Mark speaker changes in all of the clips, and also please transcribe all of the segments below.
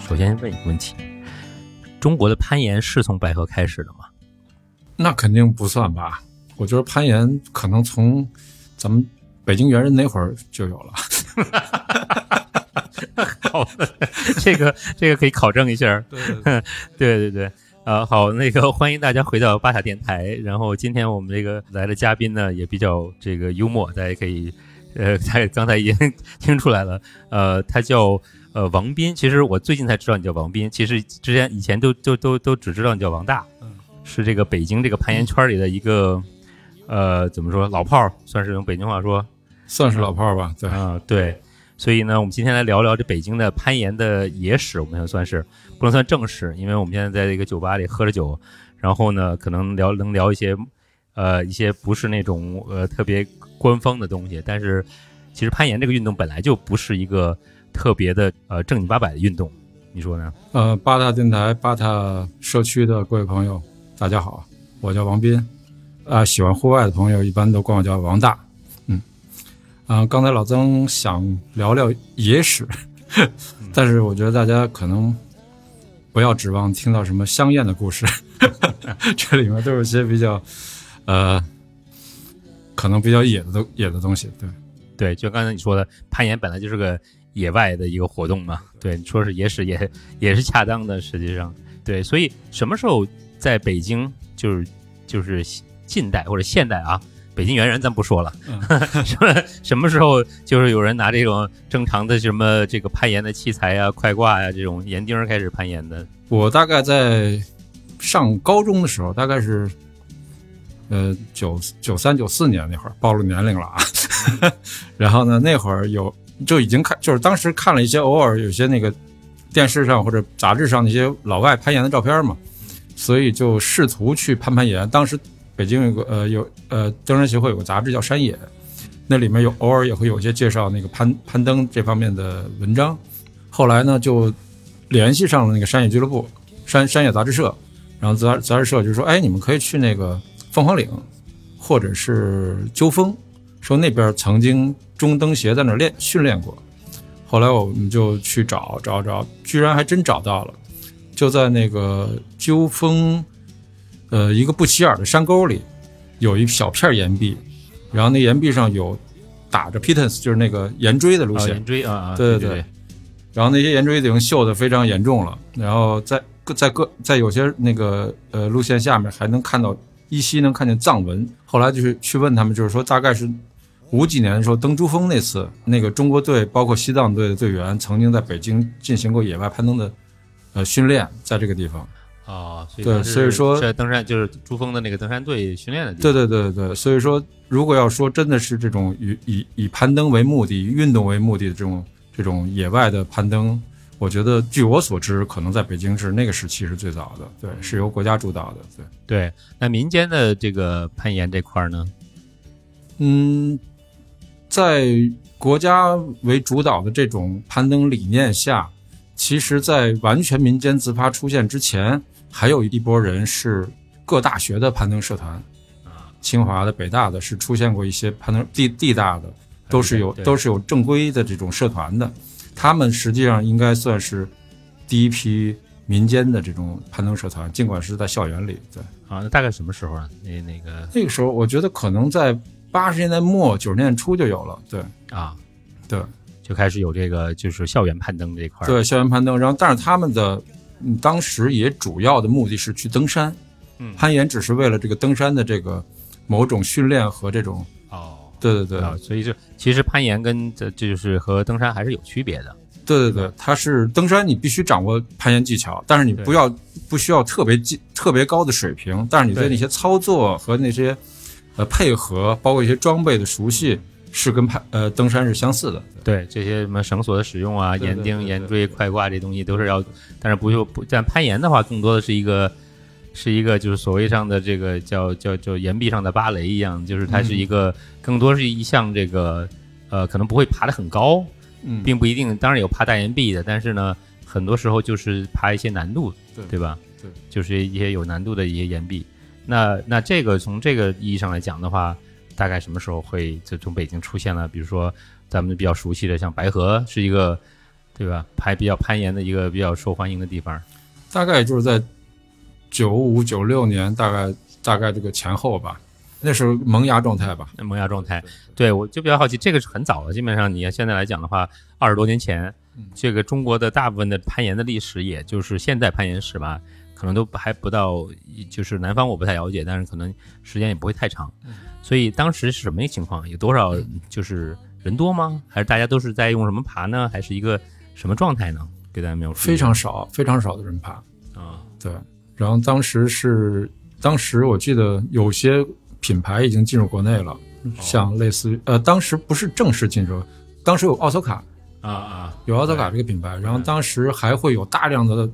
Speaker 1: 首先问一个问题：中国的攀岩是从白河开始的吗？
Speaker 2: 那肯定不算吧？我觉得攀岩可能从咱们北京猿人那会儿就有了。
Speaker 1: 好，这个这个可以考证一下。
Speaker 2: 对对对
Speaker 1: 对对对，啊、好，那个欢迎大家回到巴塔电台。然后今天我们这个来的嘉宾呢也比较这个幽默，大家可以，呃， 他刚才已经听出来了，呃，他叫呃王斌。其实我最近才知道你叫王斌，其实之前以前都都都都只知道你叫王大，
Speaker 2: 嗯
Speaker 1: 是这个北京这个攀岩圈里的一个。呃，怎么说老炮儿，算是用北京话说，
Speaker 2: 算是老炮儿吧？对，
Speaker 1: 啊，对，所以呢，我们今天来聊聊这北京的攀岩的野史，我们也算是不能算正史，因为我们现在在一个酒吧里喝着酒，然后呢，可能聊能聊一些呃一些不是那种呃特别官方的东西，但是其实攀岩这个运动本来就不是一个特别的呃正经八百的运动，你说呢？
Speaker 2: 呃，八大电台八大社区的各位朋友，大家好，我叫王斌，啊、喜欢户外的朋友一般都管我叫王大，嗯，啊、刚才老曾想聊聊野史， 但是我觉得大家可能不要指望听到什么香艳的故事， 这里面都是些比较，呃，可能比较野的东野的东西，对，
Speaker 1: 对，就刚才你说的，攀岩本来就是个野外的一个活动嘛。对，你说是野史也也是恰当的，实际上对。所以什么时候在北京，就是就是近代或者现代啊，北京猿人咱不说了，
Speaker 2: 嗯
Speaker 1: 什么什么时候就是有人拿这种正常的什么这个攀岩的器材啊、快挂呀、这种岩钉儿开始攀岩的？
Speaker 2: 我大概在上高中的时候，大概是呃九九三九四年那会儿，暴露年龄了啊。 然后呢，那会儿有就已经看，就是当时看了一些偶尔有些那个电视上或者杂志上那些老外攀岩的照片嘛，所以就试图去攀攀岩。当时北京有个呃有呃登山协会有个杂志叫《山野》，那里面有偶尔也会有一些介绍那个攀攀登这方面的文章。后来呢，就联系上了那个山野俱乐部、山山野杂志社，然后杂杂志社就说：“哎，你们可以去那个凤凰岭，或者是鸠峰，说那边曾经中登协在那儿练训练过。”后来我们就去找找找，居然还真找到了，就在那个鸠峰，呃，一个不起眼的山沟里，有一小片岩壁，然后那岩壁上有打着 pitons，就是那个岩锥的路
Speaker 1: 啊，
Speaker 2: 线，
Speaker 1: 岩锥啊啊，
Speaker 2: 对
Speaker 1: 对
Speaker 2: 对然后那些岩锥已经锈得非常严重了，然后在在各在有些那个呃路线下面还能看到依稀能看见藏纹。后来就是去问他们，就是说大概是五几年的时候登珠峰那次，那个中国队包括西藏队的队员曾经在北京进行过野外攀登的呃训练，在这个地方。
Speaker 1: 啊，所以
Speaker 2: 对
Speaker 1: 当时
Speaker 2: 所以说
Speaker 1: 在登山就是珠峰的那个登山队训练的地方。
Speaker 2: 对对对对，所以说如果要说真的是这种以以以攀登为目的、以运动为目的的这种这种野外的攀登，我觉得据我所知，可能在北京是那个时期是最早的，对，是由国家主导的，对，
Speaker 1: 对，那民间的这个攀岩这块儿呢？
Speaker 2: 嗯，在国家为主导的这种攀登理念下，其实，在完全民间自发出现之前，还有一波人是各大学的攀登社团，清华的、北大的，是出现过一些攀登地地大的，都是有
Speaker 1: 对
Speaker 2: 都是有正规的这种社团的，他们实际上应该算是第一批民间的这种攀登社团，尽管是在校园里，对。
Speaker 1: 啊，那大概什么时候啊？那那个
Speaker 2: 那个时候，我觉得可能在八十年代末、九十年代初就有了。对
Speaker 1: 啊，
Speaker 2: 对
Speaker 1: 就开始有这个就是校园攀登这一块儿。
Speaker 2: 对，校园攀登。然后，但是他们的嗯当时也主要的目的是去登山，
Speaker 1: 嗯
Speaker 2: 攀岩只是为了这个登山的这个某种训练和这种。
Speaker 1: 哦，
Speaker 2: 对对对、
Speaker 1: 啊，所以就其实攀岩跟这这就是和登山还是有区别的。
Speaker 2: 对对对，它是登山，你必须掌握攀岩技巧，但是你
Speaker 1: 对
Speaker 2: 不要不需要特别技特别高的水平，但是你对
Speaker 1: 对
Speaker 2: 那些操作和那些呃配合，包括一些装备的熟悉，是跟攀呃登山是相似的。
Speaker 1: 对，这些什么绳索的使用啊、
Speaker 2: 对对
Speaker 1: 岩钉、
Speaker 2: 对对
Speaker 1: 岩锥、快挂这东西都是要，但是不就不但攀岩的话，更多的是一个是一个就是所谓上的这个叫叫叫岩壁上的芭蕾一样，就是它
Speaker 2: 嗯
Speaker 1: 是一个、更多是一项这个呃可能不会爬得很高，
Speaker 2: 嗯，
Speaker 1: 并不一定，当然有爬大岩壁的，但是呢，很多时候就是爬一些难度，
Speaker 2: 对
Speaker 1: 吧？
Speaker 2: 对，
Speaker 1: 就是一些有难度的一些岩壁。那那这个从这个意义上来讲的话，大概什么时候会就从北京出现了？比如说咱们比较熟悉的，像白河是一个对吧？还比较攀岩的一个比较受欢迎的地方。
Speaker 2: 大概就是在九五九六年，大概大概这个前后吧，那是萌芽状态吧。
Speaker 1: 萌芽状态。对我就比较好奇，这个是很早了，基本上你要现在来讲的话，二十多年前，这个中国的大部分的攀岩的历史，也就是现代攀岩史吧，可能都还不到，就是南方我不太了解，但是可能时间也不会太长。所以当时是什么一个情况？有多少就是人多吗？还是大家都是在用什么爬呢？还是一个什么状态呢？给大家描述一下
Speaker 2: 非常少，非常少的人爬。
Speaker 1: 啊，
Speaker 2: 对，然后当时是，当时我记得有些品牌已经进入国内了，
Speaker 1: 嗯
Speaker 2: 像类似于呃，当时不是正式进入，当时有奥斯卡，
Speaker 1: 啊啊，
Speaker 2: 有奥斯卡这个品牌，然后当时还会有大量的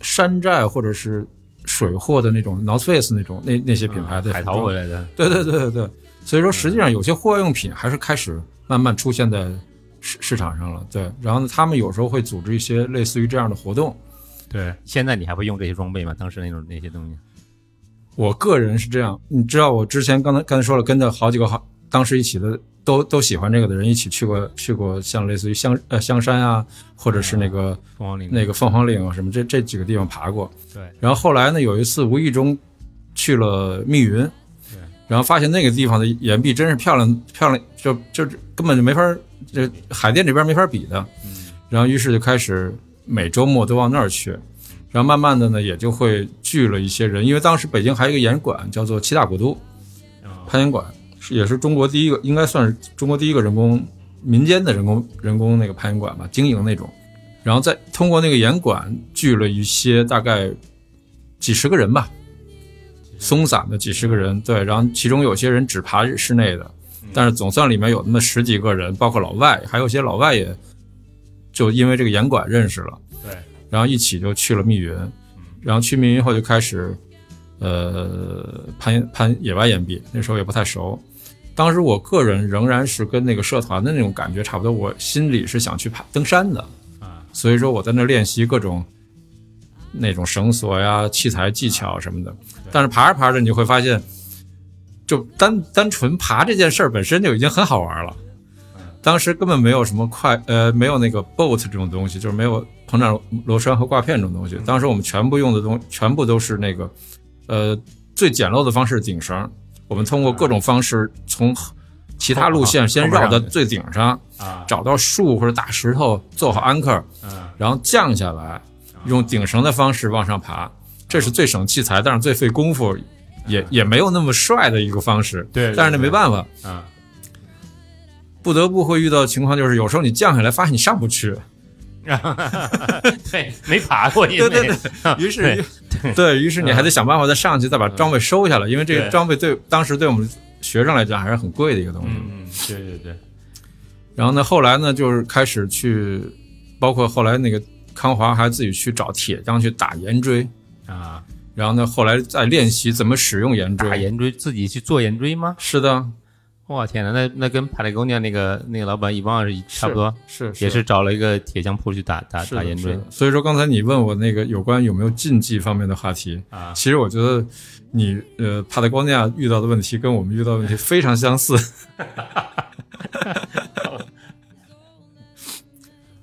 Speaker 2: 山寨或者是水货的那种 North Face 那种那那些品牌的
Speaker 1: 啊海
Speaker 2: 服装
Speaker 1: 淘回来的，
Speaker 2: 对对对对对，所以说实际上有些户外用品还是开始慢慢出现在市市场上了。对，然后呢，他们有时候会组织一些类似于这样的活动。
Speaker 1: 对，现在你还会用这些装备吗？当时那种那些东西，
Speaker 2: 我个人是这样，你知道，我之前刚才刚才说了，跟着好几个好当时一起的都都喜欢这个的人一起去过去过，像类似于香呃香山啊，或者是那个、
Speaker 1: 凤凰岭
Speaker 2: 那个凤凰岭啊什么这这几个地方爬过。
Speaker 1: 对，
Speaker 2: 然后后来呢，有一次无意中去了密云，然后发现那个地方的岩壁真是漂亮漂亮，就就根本就没法儿，这海淀这边没法比的。然后于是就开始每周末都往那儿去，然后慢慢的呢也就会聚了一些人，因为当时北京还有一个岩馆叫做七大古都
Speaker 1: 啊
Speaker 2: 攀岩馆，是也是中国第一个，应该算是中国第一个人工民间的人工人工那个攀岩馆吧，经营那种。然后再通过那个岩馆聚了一些大概几十个人吧，松散的几十个人，对，然后其中有些人只爬室内的，但是总算里面有那么十几个人，包括老外，还有些老外也就因为这个岩馆认识了，
Speaker 1: 对，
Speaker 2: 然后一起就去了密云，然后去密云后就开始，呃，攀攀野外岩壁，那时候也不太熟。当时我个人仍然是跟那个社团的那种感觉差不多，我心里是想去爬登山的，
Speaker 1: 啊，
Speaker 2: 所以说我在那练习各种那种绳索呀、器材技巧什么的。但是爬着爬着，你就会发现，就单单纯爬这件事儿本身就已经很好玩了。当时根本没有什么快呃，没有那个 boat 这种东西，就是没有膨胀螺栓和挂片这种东西。当时我们全部用的东，全部都是那个呃最简陋的方式顶绳。我们通过各种方式从其他路线先绕到最顶上，
Speaker 1: 啊，
Speaker 2: 找到树或者大石头做好 anchor，
Speaker 1: 嗯，
Speaker 2: 然后降下来，用顶绳的方式往上爬，这是最省器材，但是最费功夫，也也没有那么帅的一个方式。
Speaker 1: 嗯对对
Speaker 2: 但是那没办法，
Speaker 1: 啊，
Speaker 2: 不得不会遇到情况，就是有时候你降下来发现你上不去，
Speaker 1: 对，没爬过，因为
Speaker 2: 对对对，于是对于是你还得想办法再上去，再把装备收下来，因为这
Speaker 1: 嗯
Speaker 2: 个
Speaker 1: 对
Speaker 2: 装备对当时对我们学生来讲还是很贵的一个东西。
Speaker 1: 嗯嗯，对对对，
Speaker 2: 然后呢，后来呢，就是开始去，包括后来那个康华还自己去找铁匠去打岩锥，
Speaker 1: 啊，
Speaker 2: 然后呢，后来再练习怎么使用岩锥。
Speaker 1: 打岩锥自己去做岩锥吗？
Speaker 2: 是的，
Speaker 1: 我天哪，那那跟帕雷贡尼亚那个那个老板伊旺是差不多，
Speaker 2: 是
Speaker 1: 也是找了一个铁匠铺去打打
Speaker 2: 是
Speaker 1: 打
Speaker 2: 的
Speaker 1: 岩
Speaker 2: 是
Speaker 1: 锥
Speaker 2: 的所以说刚才你问我那个有关有没有禁忌方面的话题，
Speaker 1: 啊，
Speaker 2: 其实我觉得你呃帕特光尼亚遇到的问题跟我们遇到的问题非常相似，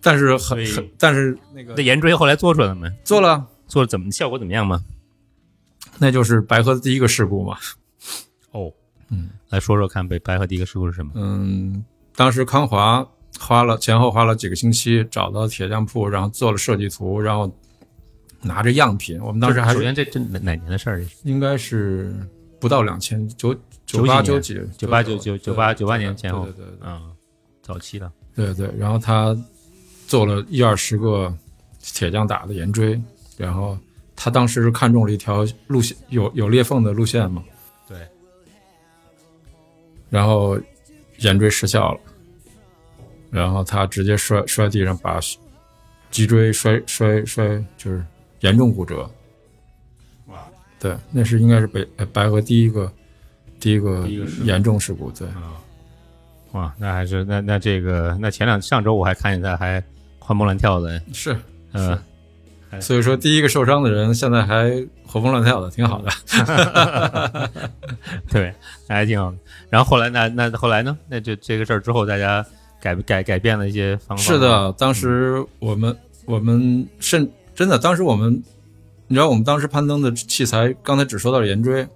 Speaker 2: 但是很
Speaker 1: 所以
Speaker 2: 很但是那
Speaker 1: 那
Speaker 2: 个
Speaker 1: 岩锥后来做出来了吗？
Speaker 2: 做了，
Speaker 1: 做得怎么效果怎么样吗？
Speaker 2: 那就是白河的第一个事故嘛。
Speaker 1: 哦，嗯，来说说看，北白河第一个事故是什么？
Speaker 2: 嗯，当时康华花了前后花了几个星期找到铁匠铺，然后做了设计图，然后拿着样品，我们当时还
Speaker 1: 首
Speaker 2: 是
Speaker 1: 先这这哪哪年的事儿？
Speaker 2: 应该是不到两千九
Speaker 1: 九
Speaker 2: 九
Speaker 1: 几
Speaker 2: 八
Speaker 1: 年
Speaker 2: 九几
Speaker 1: 九八九九九八九八年前后
Speaker 2: 对对对
Speaker 1: 嗯，早期的
Speaker 2: 对对对。然后他做了一二十个铁匠打的圆锥，然后他当时是看中了一条路线有有裂缝的路线嘛，
Speaker 1: 对，
Speaker 2: 然后圆锥失效了，然后他直接摔摔地上，把脊椎摔摔摔就是严重骨折。
Speaker 1: 哇，
Speaker 2: 对，那是应该是北呃白河第一个第一个
Speaker 1: 第一个事故
Speaker 2: 严重事故，对。
Speaker 1: 哇，那还是那那这个那前两上周我还看见他还活蹦乱跳的，
Speaker 2: 是，
Speaker 1: 呃，
Speaker 2: 所以说第一个受伤的人现在还活蹦乱跳的，挺好的。
Speaker 1: 对，那还挺好的。然后后来那那后来呢？那这这个事儿之后，大家改改改变了一些方法。
Speaker 2: 是，的，当时我们我们甚真的，当时我们，你知道我们当时攀登的器材，刚才只说到了岩锥，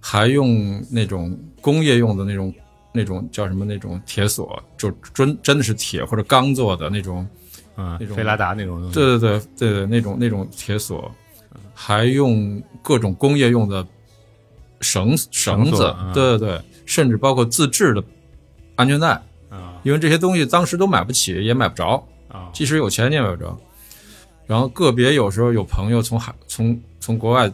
Speaker 2: 还用那种工业用的那种那种叫什么那种铁索，就真真的是铁或者钢做的那种，
Speaker 1: 嗯
Speaker 2: 那，种
Speaker 1: 菲拉达那种东西，
Speaker 2: 对对对对对，那种那种铁索，还用各种工业用的绳绳
Speaker 1: 绳索
Speaker 2: 子
Speaker 1: 啊，
Speaker 2: 对对对，甚至包括自制的安全带，
Speaker 1: 啊
Speaker 2: 因为这些东西当时都买不起，也买不着。
Speaker 1: 啊，
Speaker 2: 即使有钱你也买不着。然后个别有时候有朋友从海从从国外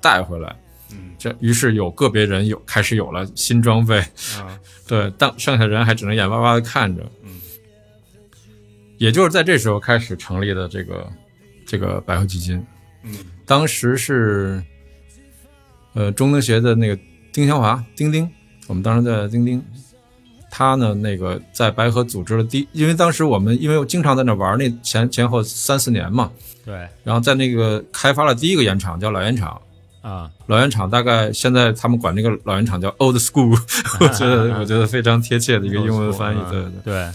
Speaker 2: 带回来，
Speaker 1: 嗯
Speaker 2: 这于是有个别人有开始有了新装备，
Speaker 1: 啊，
Speaker 2: 对，但剩下人还只能眼巴巴的看着。
Speaker 1: 嗯，
Speaker 2: 也就是在这时候开始成立的这个这个百合基金，
Speaker 1: 嗯
Speaker 2: 当时是呃中登协的那个丁香华丁丁，我们当时在丁丁。他呢，那个在白河组织了第，因为当时我们因为我经常在那玩，那前前后三四年嘛，
Speaker 1: 对
Speaker 2: 然后在那个开发了第一个烟厂叫老烟厂，
Speaker 1: 啊，
Speaker 2: 老烟厂大概现在他们管这个老烟厂叫 old school，我觉
Speaker 1: 啊
Speaker 2: 得我觉得非常贴切的一个英文翻译，对对对。
Speaker 1: 对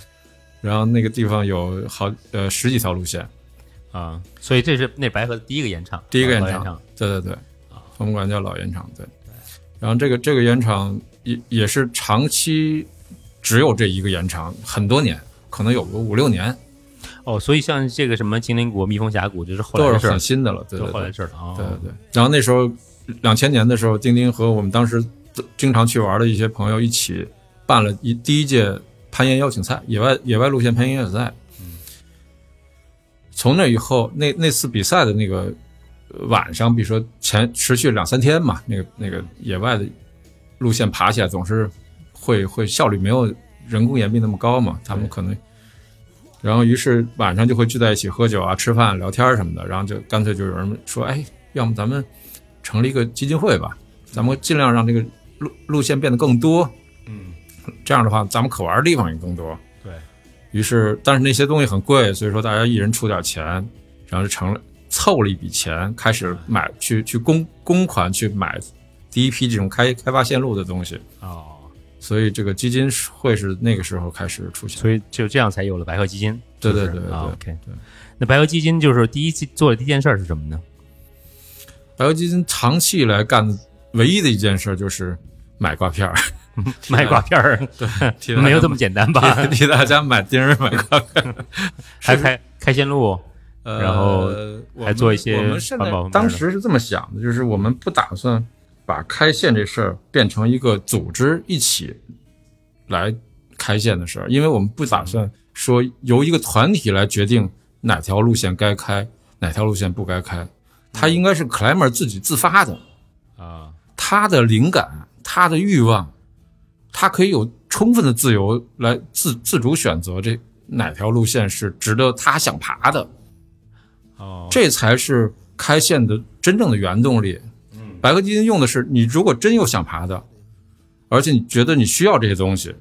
Speaker 2: 然后那个地方有好呃十几条路线，
Speaker 1: 啊，所以这是那白河的第一个演唱，
Speaker 2: 第一个
Speaker 1: 演
Speaker 2: 烟
Speaker 1: 唱，
Speaker 2: 厂，对对对，
Speaker 1: 啊
Speaker 2: 我们管它叫老烟厂，对。然后这个这个烟厂也也是长期只有这一个烟厂，很多年，可能有个五六年，
Speaker 1: 哦，所以像这个什么精灵谷、蜜蜂峡谷，这是后来
Speaker 2: 都
Speaker 1: 的
Speaker 2: 是
Speaker 1: 事儿
Speaker 2: 很，新的了，对
Speaker 1: 都
Speaker 2: 对
Speaker 1: 后
Speaker 2: 对
Speaker 1: 来。的事儿了啊。
Speaker 2: 对对。然后那时候，两千年的时候，丁丁和我们当时经常去玩的一些朋友一起办了一第一届攀岩邀请赛，野外野外路线攀岩邀请赛。从那以后，那那次比赛的那个呃晚上，比如说前持续两三天嘛，那个那个野外的路线爬起来总是会会效率没有人工岩壁那么高嘛，他们
Speaker 1: 对
Speaker 2: 可能，然后于是晚上就会聚在一起喝酒啊、吃饭、聊天什么的，然后就干脆就有人说，哎，要么咱们成立一个基金会吧，咱们尽量让这个路路线变得更多，
Speaker 1: 嗯，
Speaker 2: 这样的话咱们可玩的地方也更多。
Speaker 1: 对，
Speaker 2: 于是，但是那些东西很贵，所以说大家一人出点钱，然后就成了凑了一笔钱，开始买去去公公款去买第一批这种开开发线路的东西。
Speaker 1: 哦，
Speaker 2: 所以这个基金会是那个时候开始出现。
Speaker 1: 所以就这样才有了白河基金。
Speaker 2: 对
Speaker 1: 是不是
Speaker 2: 对对对
Speaker 1: 啊
Speaker 2: 对
Speaker 1: ，OK
Speaker 2: 对。
Speaker 1: 那白河基金就是第一期做的第一件事儿是什么呢？
Speaker 2: 白油基金长期以来干的唯一的一件事就是买挂 片儿，
Speaker 1: 卖挂片儿，
Speaker 2: 替大家
Speaker 1: 没有这么简单吧？
Speaker 2: 替替大家买钉儿、买挂片儿，
Speaker 1: 还开开线路，
Speaker 2: 呃
Speaker 1: 然后
Speaker 2: 我
Speaker 1: 还
Speaker 2: 们
Speaker 1: 做一些
Speaker 2: 我们现在
Speaker 1: 环保方面的
Speaker 2: 当时是这么想的，就是我们不打算把开线这事儿变成一个组织一起来开线的事儿，因为我们不打算说由一个团体来决定哪条路线该开，哪条路线不该开，它应该是克莱 i 自己自发的，
Speaker 1: 啊，
Speaker 2: 他的灵感，他的欲望，他可以有充分的自由来自自主选择这哪条路线是值得他想爬的。
Speaker 1: 哦，
Speaker 2: 这才是开线的真正的原动力。
Speaker 1: 嗯
Speaker 2: 白河基金用的是你如果真有想爬的，而且你觉得你需要这些东西，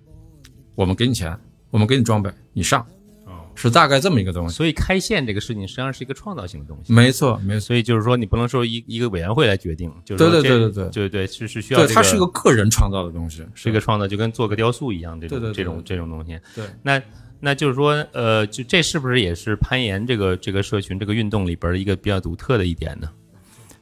Speaker 2: 我们给你钱，我们给你装备，你上
Speaker 1: 哦，
Speaker 2: 是大概这么一个东西。
Speaker 1: 所以开线这个事情实际上是一个创造性的东西。
Speaker 2: 没错，没错，
Speaker 1: 所以就是说，你不能说一一个委员会来决定，就是
Speaker 2: 对
Speaker 1: 说
Speaker 2: 对
Speaker 1: 这
Speaker 2: 对对对
Speaker 1: 对对，是是需要
Speaker 2: 对，
Speaker 1: 这
Speaker 2: 它是一个个人创造的东西，
Speaker 1: 是一个创造，就跟做个雕塑一样，这种
Speaker 2: 对对对
Speaker 1: 这种这种东西。
Speaker 2: 对，
Speaker 1: 那那就是说，呃，就这是不是也是攀岩这个这个社群这个运动里边儿的一个比较独特的一点呢？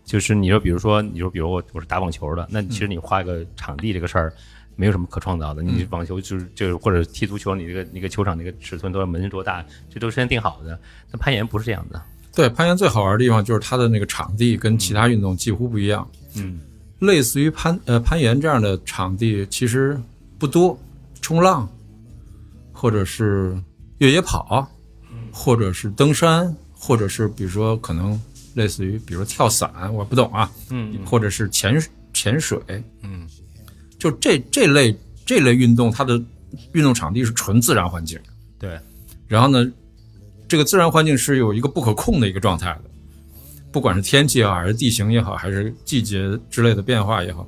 Speaker 1: 就是你说，比如说，你说，比如我我是打网球的，那其实你画个场地这个事儿，没有什么可创造的。你网球就是就是或者踢足球，你这个那个球场那个尺寸多少，门多大，这都是先定好的。但攀岩不是这样的，
Speaker 2: 对，攀岩最好玩的地方就是它的那个场地跟其他运动几乎不一样。
Speaker 1: 嗯，
Speaker 2: 类似于攀呃攀岩这样的场地其实不多，冲浪，或者是越野跑，
Speaker 1: 嗯
Speaker 2: 或者是登山，或者是比如说可能类似于比如说跳伞，我不懂啊，
Speaker 1: 嗯，
Speaker 2: 或者是潜潜水，
Speaker 1: 嗯，
Speaker 2: 就这这类这类运动，它的运动场地是纯自然环境。
Speaker 1: 对，
Speaker 2: 然后呢，这个自然环境是有一个不可控的一个状态的，不管是天气也好，还是地形也好，还是季节之类的变化也好，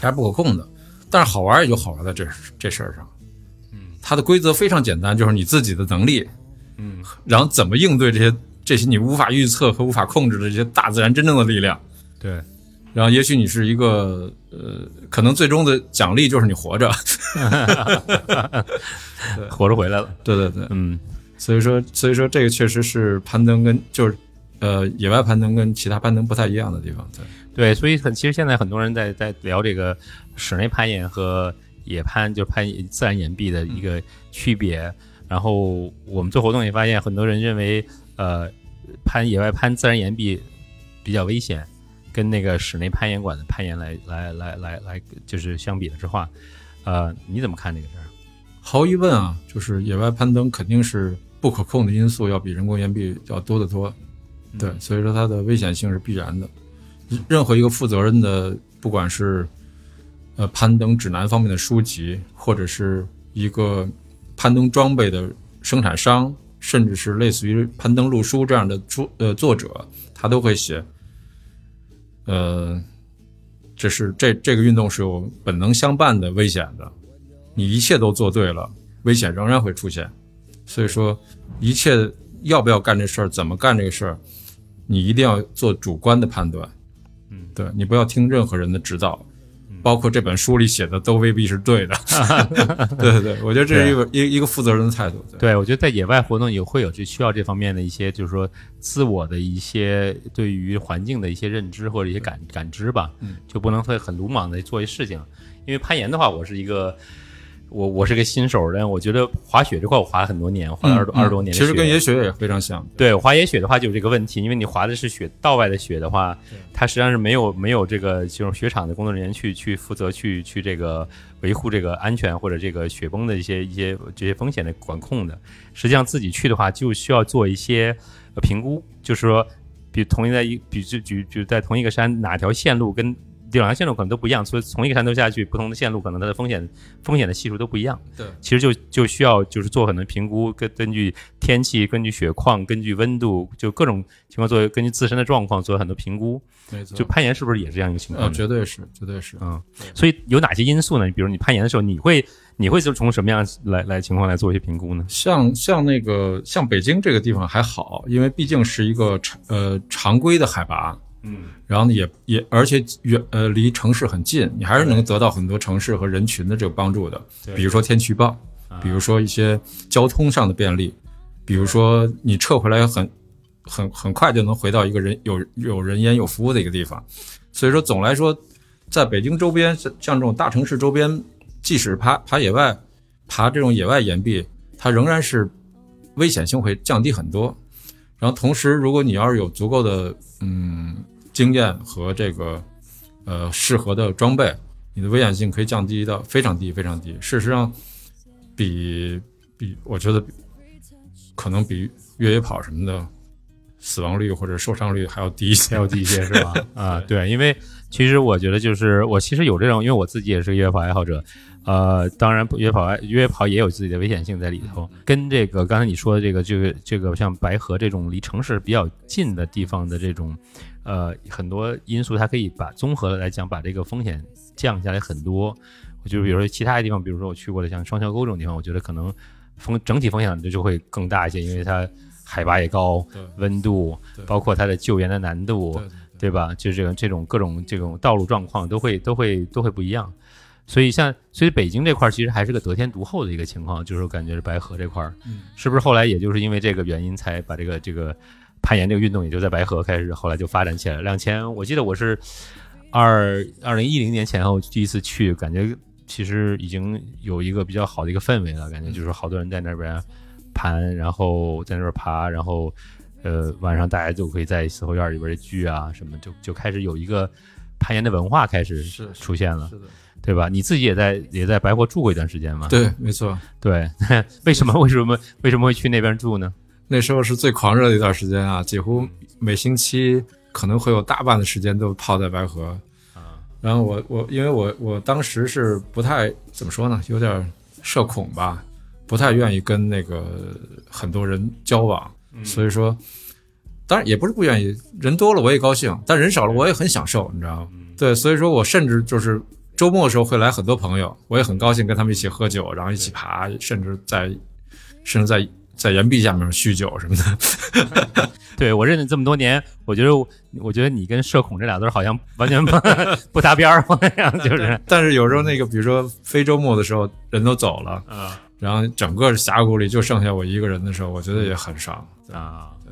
Speaker 2: 它是不可控的。但是好玩也就好玩在这这事儿上，嗯，它的规则非常简单，就是你自己的能力，
Speaker 1: 嗯，
Speaker 2: 然后怎么应对这些这些你无法预测和无法控制的这些大自然真正的力量。
Speaker 1: 对，
Speaker 2: 然后也许你是一个呃，可能最终的奖励就是你活着。
Speaker 1: 活着回来了。
Speaker 2: 对对对，
Speaker 1: 嗯，
Speaker 2: 所以说所以说这个确实是攀登跟就是呃野外攀登跟其他攀登不太一样的地方。对，
Speaker 1: 对，所以很其实现在很多人在在聊这个室内攀岩和野攀，就是攀自然岩壁的一个区别。然后我们做活动也发现，很多人认为呃攀野外攀自然岩壁比较危险，跟那个室内攀岩馆的攀岩来来来来来就是相比的话，呃，你怎么看这个事儿？
Speaker 2: 毫无疑问啊，就是野外攀登肯定是不可控的因素要比人工岩壁要多得多。对，所以说它的危险性是必然的。任何一个负责任的，不管是呃攀登指南方面的书籍，或者是一个攀登装备的生产商，甚至是类似于攀登路书这样的出呃作者，他都会写，呃，这是这这个运动是有本能相伴的危险的。你一切都做对了，危险仍然会出现。所以说，一切要不要干这事儿，怎么干这个事儿，你一定要做主观的判断。
Speaker 1: 嗯，
Speaker 2: 对你不要听任何人的指导，包括这本书里写的都未必是对 的。对对对，我觉得这是一个一一个负责任的态度。对
Speaker 1: 对，我觉得在野外活动也会有这需要这方面的一些，就是说自我的一些对于环境的一些认知或者一些感感知吧，
Speaker 2: 嗯，
Speaker 1: 就不能会很鲁莽的做一事情。因为攀岩的话，我是一个我我是个新手，但我觉得滑雪这块我滑了很多年，滑了二十多、
Speaker 2: 嗯
Speaker 1: 二十多年的
Speaker 2: 其
Speaker 1: 雪。
Speaker 2: 实跟野雪也非常像。
Speaker 1: 对滑野雪的话，就是这个问题，因为你滑的是雪道外的雪的话，它实际上是没有没有这个这种雪场的工作人员去去负责去去这个维护这个安全或者这个雪崩的一些一些这些风险的管控的。实际上自己去的话，就需要做一些呃评估，就是说，比同一在一比就举就在同一个山哪条线路跟两条线路可能都不一样，所以从一个山头下去，不同的线路可能它的风险风险的系数都不一样。
Speaker 2: 对，
Speaker 1: 其实就就需要就是做很多评估，根根据天气、根据雪况、根据温度，就各种情况做，根据自身的状况做很多评估。
Speaker 2: 没错。
Speaker 1: 就攀岩是不是也是这样一个情
Speaker 2: 呃，
Speaker 1: 况呢？
Speaker 2: 绝对是，绝对是。
Speaker 1: 嗯，所以有哪些因素呢？比如你攀岩的时候，你会你会就从什么样来来情况来做一些评估呢？
Speaker 2: 像像那个像北京这个地方还好，因为毕竟是一个常呃常规的海拔，
Speaker 1: 嗯，
Speaker 2: 然后呢也也而且远呃离城市很近，你还是能得到很多城市和人群的这个帮助的，比如说天气预报，比如说一些交通上的便利，比如说你撤回来很很很快就能回到一个人有有人烟有服务的一个地方，所以说总来说，在北京周边像像这种大城市周边，即使爬爬野外爬这种野外岩壁，它仍然是危险性会降低很多。然后同时，如果你要是有足够的嗯经验和这个呃适合的装备，你的危险性可以降低到非常低非常低。事实上，比比我觉得比可能比越野跑什么的死亡率或者受伤率还要低一些。
Speaker 1: 还有这些是吧？啊，对，因为其实我觉得就是我其实有这种，因为我自己也是个越野跑爱好者，呃，当然越野跑爱越野跑也有自己的危险性在里头，跟这个刚才你说的这个这个这个像白河这种离城市比较近的地方的这种，呃，很多因素它可以把综合的来讲把这个风险降下来很多。我就比如说其他的地方，比如说我去过的像双桥沟这种地方，我觉得可能风整体风险就就会更大一些，因为它海拔也高
Speaker 2: 对，
Speaker 1: 温度
Speaker 2: 对
Speaker 1: 包括它的救援的难度，
Speaker 2: 对对
Speaker 1: 对吧？就这种这种各种这种道路状况都会都会都会不一样。所以像所以北京这块儿其实还是个得天独厚的一个情况，就是我感觉是白河这块儿，
Speaker 2: 嗯
Speaker 1: 是不是后来也就是因为这个原因才把这个这个攀岩这个运动也就在白河开始，后来就发展起来了。两千我记得我是二二零一零年前后第一次去，感觉其实已经有一个比较好的一个氛围了，感觉
Speaker 2: 嗯
Speaker 1: 就是好多人在那边盘，然后在那边爬，然后呃晚上大家就可以在四合院里边聚啊什么，就就开始有一个攀岩的文化开始
Speaker 2: 是是
Speaker 1: 出现了，
Speaker 2: 是的，
Speaker 1: 对吧？你自己也在也在白河住过一段时间嘛？
Speaker 2: 对，啊没错。
Speaker 1: 对， 为什么为什么为什么会去那边住呢？
Speaker 2: 那时候是最狂热的一段时间啊，几乎每星期可能会有大半的时间都泡在白河。然后我我因为我我当时是不太怎么说呢，有点社恐吧，不太愿意跟那个很多人交往，所以说，当然也不是不愿意，人多了我也高兴，但人少了我也很享受，你知道吗？对，所以说我甚至就是周末的时候会来很多朋友，我也很高兴跟他们一起喝酒，然后一起爬，甚至在甚至在在岩壁下面酗酒什么的。
Speaker 1: 对我认识这么多年，我觉得我觉得你跟社恐这俩字儿好像完全不 不搭边儿， 我那 样就是，
Speaker 2: 但是有时候那个，比如说非周末的时候，人都走了，
Speaker 1: 嗯
Speaker 2: 然后整个峡谷里就剩下我一个人的时候，我觉得也很伤。
Speaker 1: 啊
Speaker 2: 对，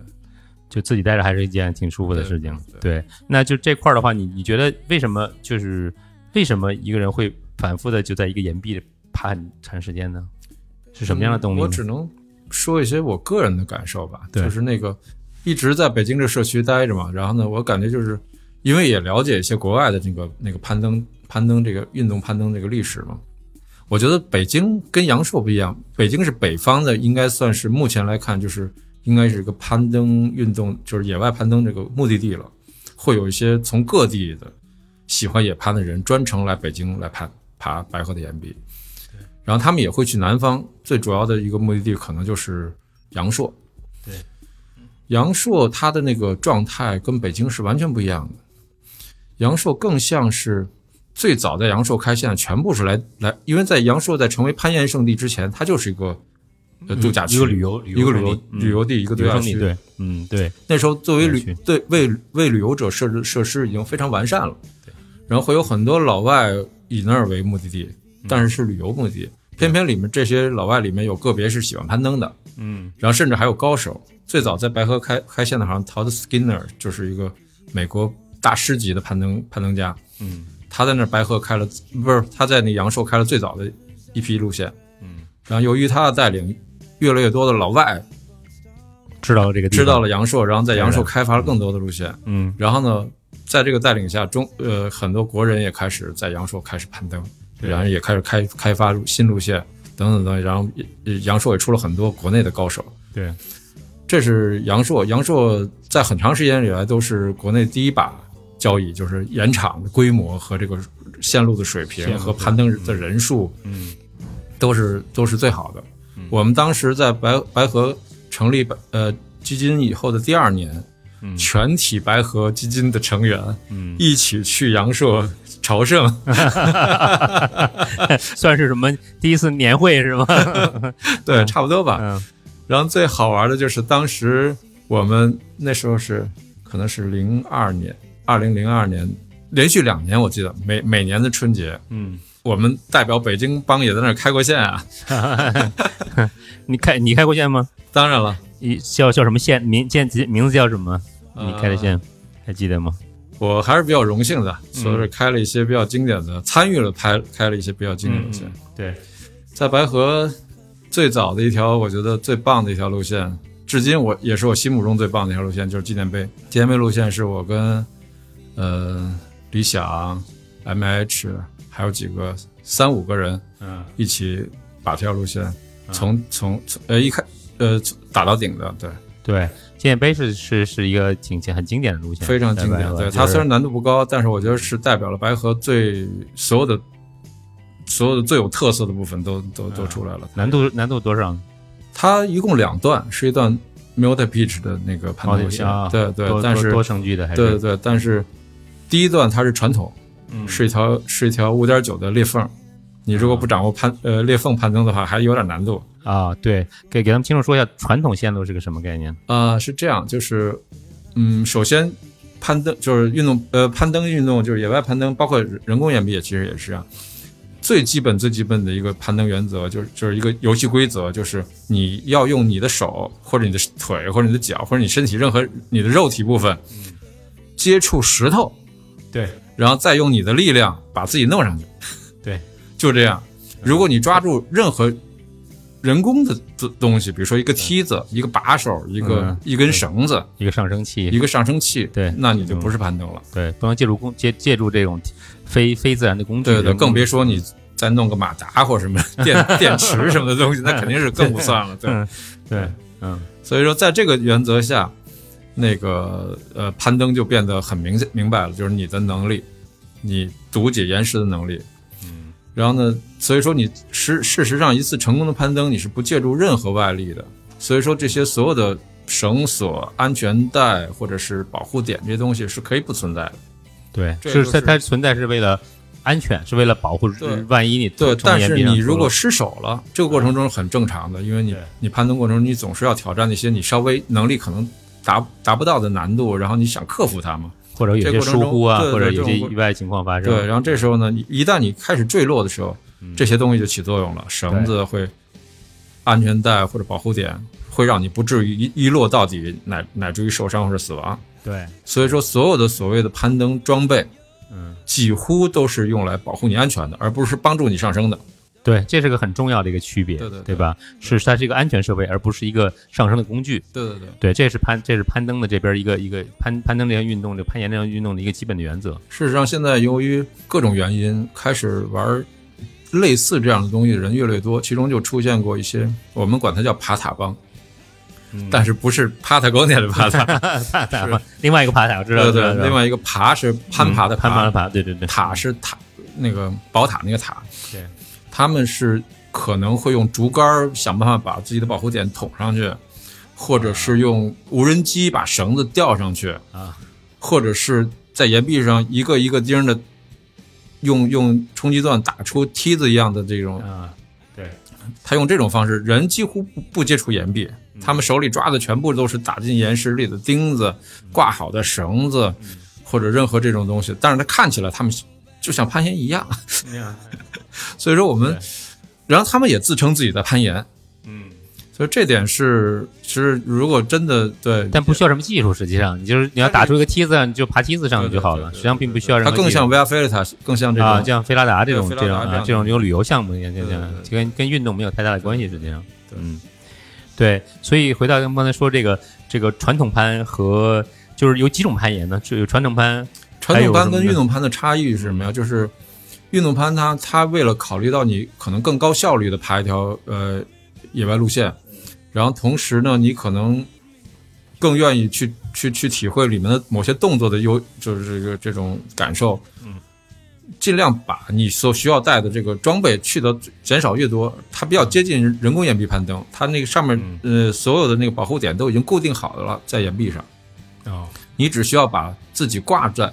Speaker 1: 就自己待着还是一件挺舒服的事情。
Speaker 2: 对
Speaker 1: 对，那就这块儿的话，你你觉得为什么就是为什么一个人会反复的就在一个岩壁里趴很长时间呢？是什么样的动力
Speaker 2: 嗯
Speaker 1: 呢？
Speaker 2: 我只能说一些我个人的感受吧，
Speaker 1: 对
Speaker 2: 就是那个一直在北京这社区待着嘛，然后呢，我感觉就是因为也了解一些国外的那个那个攀登攀登这个运动攀登这个历史嘛。我觉得北京跟阳朔不一样，北京是北方的，应该算是目前来看就是应该是一个攀登运动，就是野外攀登这个目的地了，会有一些从各地的喜欢野攀的人专程来北京来攀爬白河的岩壁。然后他们也会去南方，最主要的一个目的地可能就是阳朔。
Speaker 1: 对，
Speaker 2: 阳朔它的那个状态跟北京是完全不一样的，阳朔更像是最早在阳朔开线的全部是来来，因为在阳朔在成为攀岩圣地之前，它就是一个呃度假
Speaker 1: 嗯
Speaker 2: 区，
Speaker 1: 一个旅游
Speaker 2: 一个旅
Speaker 1: 胜
Speaker 2: 游
Speaker 1: 地嗯
Speaker 2: 旅游地，一个度
Speaker 1: 旅游
Speaker 2: 假
Speaker 1: 胜地
Speaker 2: 区。
Speaker 1: 对，嗯对，
Speaker 2: 那时候作为旅
Speaker 1: 园区
Speaker 2: 对为为旅游者设置设施已经非常完善了，然后会有很多老外以那儿为目的地，
Speaker 1: 嗯
Speaker 2: 但是是旅游目的地。偏偏里面这些老外里面有个别是喜欢攀登的，
Speaker 1: 嗯
Speaker 2: 然后甚至还有高手。最早在白河开开线的，好像 Todd Skinner 就是一个美国大师级的攀登攀登家，
Speaker 1: 嗯
Speaker 2: 他在那儿白河开了，不是他在那阳朔开了最早的一批路线。
Speaker 1: 嗯，
Speaker 2: 然后由于他的带领，越来越多的老外
Speaker 1: 知道了这个地
Speaker 2: 知
Speaker 1: 方，
Speaker 2: 道了阳朔，然后在阳朔
Speaker 1: 对
Speaker 2: 开发了更多的路线。
Speaker 1: 嗯
Speaker 2: 然后呢，在这个带领下，中呃很多国人也开始在阳朔开始攀登，
Speaker 1: 对
Speaker 2: 然后也开始开开发路新路线等等等，然后也阳朔也出了很多国内的高手。
Speaker 1: 对，
Speaker 2: 这是阳朔，阳朔在很长时间以来都是国内第一把交椅，就是盐场的规模和这个线路的水
Speaker 1: 线
Speaker 2: 平
Speaker 1: 路
Speaker 2: 和攀登的人数
Speaker 1: 嗯
Speaker 2: 都是都是最好的。我们当时在白白河成立呃基金以后的第二年，
Speaker 1: 嗯
Speaker 2: 全体白河基金的成员
Speaker 1: 嗯，
Speaker 2: 一起去阳朔朝圣，
Speaker 1: 算是什么第一次年会是吗？
Speaker 2: 对，差不多吧。
Speaker 1: 嗯
Speaker 2: 然后最好玩的就是当时我们那时候是可能是零二年，二零零二年，连续两年我记得每每年的春节，
Speaker 1: 嗯，
Speaker 2: 我们代表北京帮也在那儿开过线啊。
Speaker 1: 你开你开过线吗？
Speaker 2: 当然了，
Speaker 1: 你叫叫什么线？名线名字叫什么？你开的
Speaker 2: 呃
Speaker 1: 线还记得吗？
Speaker 2: 我还是比较荣幸的，所以说开了一些比较经典的，参与了拍开了一些比较经典的
Speaker 1: 嗯
Speaker 2: 线。
Speaker 1: 对，
Speaker 2: 在白河最早的一条，我觉得最棒的一条路线，至今我也是我心目中最棒的一条路线，就是纪念碑。纪念碑路线是我跟呃李想、M H 还有几个三五个人
Speaker 1: 嗯
Speaker 2: 一起把这条路线从、从从呃一开呃从打到顶的，对，
Speaker 1: 对，纪念碑是是是一个挺经很经典的路线，
Speaker 2: 非常经典。对，它虽然难度不高，但是我觉得是代表了白河最所有的所有的最有特色的部分都都都出来了。
Speaker 1: 难度难度多少？
Speaker 2: 它一共两段，是一段 m u l t i Beach 的那个攀登路线，
Speaker 1: 啊
Speaker 2: 对对
Speaker 1: 多，
Speaker 2: 但
Speaker 1: 多
Speaker 2: 是
Speaker 1: 多生聚的还
Speaker 2: 对对
Speaker 1: 是
Speaker 2: 对，但是第一段它是传统，
Speaker 1: 嗯
Speaker 2: 是一条是一条五点九的裂缝，你如果不掌握攀呃裂缝攀登的话，还有点难度。
Speaker 1: 啊，对，给给他们听众说一下传统线路是个什么概念？
Speaker 2: 啊、是这样，就是，嗯，首先攀登就是运动，呃，攀登运动就是野外攀登，包括人工岩壁也其实也是啊。最基本最基本的一个攀登原则就是就是一个游戏规则，就是你要用你的手或者你的腿或者你的脚或者你身体任何你的肉体部分接触石头，
Speaker 1: 对
Speaker 2: 然后再用你的力量把自己弄上去，
Speaker 1: 对，
Speaker 2: 就这样。如果你抓住任何人工的东东西，比如说一个梯子、一个把手、一个、
Speaker 1: 嗯
Speaker 2: 一根绳子、
Speaker 1: 一个上升器
Speaker 2: 一，个上升器，
Speaker 1: 对嗯
Speaker 2: 那你就不是攀登了。
Speaker 1: 对，不能借助工借借助这种非非自然的工具，
Speaker 2: 对对，
Speaker 1: 人工
Speaker 2: 更别说你再弄个马达或什么 电电池什么的东西，那肯定是更不算了。对，
Speaker 1: 嗯对，嗯
Speaker 2: 所以说在这个原则下，那个呃攀登就变得很明显明白了，就是你的能力，你读解岩石的能力。
Speaker 1: 嗯
Speaker 2: 然后呢，所以说你实事实上一次成功的攀登，你是不借助任何外力的。所以说这些所有的绳索、安全带或者是保护点这些东西是可以不存在的。
Speaker 1: 对，
Speaker 2: 这
Speaker 1: 是
Speaker 2: 就
Speaker 1: 它
Speaker 2: 是
Speaker 1: 它存在是为了安全，是为了保护
Speaker 2: 对，
Speaker 1: 万一你
Speaker 2: 对，
Speaker 1: 从
Speaker 2: 但
Speaker 1: 岩
Speaker 2: 是
Speaker 1: 壁上
Speaker 2: 你
Speaker 1: 走
Speaker 2: 如
Speaker 1: 了
Speaker 2: 果失手了，这个过程中是很正常的，因为你
Speaker 1: 对
Speaker 2: 你攀登过程中，你总是要挑战那些你稍微能力可能达达不到的难度，然后你想克服它嘛。
Speaker 1: 或者有
Speaker 2: 这
Speaker 1: 些
Speaker 2: 过程中
Speaker 1: 疏忽啊，
Speaker 2: 对对
Speaker 1: 或者有
Speaker 2: 这
Speaker 1: 些
Speaker 2: 种
Speaker 1: 意外情况发生，
Speaker 2: 对，然后这时候呢，你一旦你开始坠落的时候，
Speaker 1: 嗯
Speaker 2: 这些东西就起作用了，绳子会、安全带或者保护点会让你不至于一一落到底，乃乃至于受伤或者死亡。
Speaker 1: 对，
Speaker 2: 所以说，所有的所谓的攀登装备，
Speaker 1: 嗯，
Speaker 2: 几乎都是用来保护你安全的，而不是帮助你上升的。
Speaker 1: 对，这是个很重要的一个区别，
Speaker 2: 对对对
Speaker 1: 吧？是它是一个安全设备，而不是一个上升的工具。
Speaker 2: 对对对，
Speaker 1: 对，这是攀这是攀登的这边一个一个攀攀登这项运动，这个攀岩这项运动的一个基本的原则。
Speaker 2: 事实上，现在由于各种原因，开始玩类似这样的东西的人越来越多，其中就出现过一些我们管它叫爬塔帮，
Speaker 1: 嗯
Speaker 2: 但是不是 Patagonia 的爬塔，
Speaker 1: 爬塔嘛，另外一个爬塔，我知道，
Speaker 2: 对
Speaker 1: 知道
Speaker 2: 对，
Speaker 1: 知道
Speaker 2: 另外一个爬是攀爬的
Speaker 1: 嗯攀爬的爬，对对对，
Speaker 2: 塔是塔那个宝塔那个塔，
Speaker 1: 对，
Speaker 2: 他们是可能会用竹竿儿想办法把自己的保护点捅上去，或者是用无人机把绳子吊上去
Speaker 1: 啊，
Speaker 2: 或者是在岩壁上一个一个钉的。用用冲击钻打出梯子一样的这种，
Speaker 1: 啊，对，
Speaker 2: 他用这种方式，人几乎不不接触岩壁，他们手里抓的全部都是打进岩石里的钉子、挂好的绳子，或者任何这种东西。但是他看起来他们就像攀岩一样， 所以说我们
Speaker 1: 对，
Speaker 2: 然后他们也自称自己在攀岩，
Speaker 1: 嗯，
Speaker 2: 所以这点是，其实如果真的对，
Speaker 1: 但不需要什么技术，实际上你就是你要打出一个梯子，你就爬梯子上去
Speaker 2: 对对
Speaker 1: 就好
Speaker 2: 对
Speaker 1: 了，
Speaker 2: 对
Speaker 1: 实际上并不需要任
Speaker 2: 它
Speaker 1: 何技术。
Speaker 2: 更像 Via Felita，更像这
Speaker 1: 啊，
Speaker 2: 种。
Speaker 1: 像菲拉达这种
Speaker 2: 对
Speaker 1: 这
Speaker 2: 菲
Speaker 1: 种
Speaker 2: 拉达这
Speaker 1: 啊
Speaker 2: 样
Speaker 1: 这种有旅游项目，这这
Speaker 2: 对
Speaker 1: 样
Speaker 2: 对对
Speaker 1: 跟跟运动没有太大的关系，实际上，
Speaker 2: 对
Speaker 1: 嗯，对，所以回到刚才说这个这个传统攀和就是有几种攀岩呢？就有传统攀，
Speaker 2: 传统
Speaker 1: 还有什
Speaker 2: 攀
Speaker 1: 么
Speaker 2: 跟
Speaker 1: 呢
Speaker 2: 运动攀的差异是什么呀？就是运动攀它它为了考虑到你可能更高效率的爬一条呃野外路线，然后同时呢，你可能更愿意去去去体会里面的某些动作的优，就是这个这种感受。
Speaker 1: 嗯，
Speaker 2: 尽量把你所需要带的这个装备去的减少越多，它比较
Speaker 1: 嗯
Speaker 2: 接近人工岩壁攀登，它那个上面呃所有的那个保护点都已经固定好的了，在岩壁上。
Speaker 1: 哦，
Speaker 2: 你只需要把自己挂在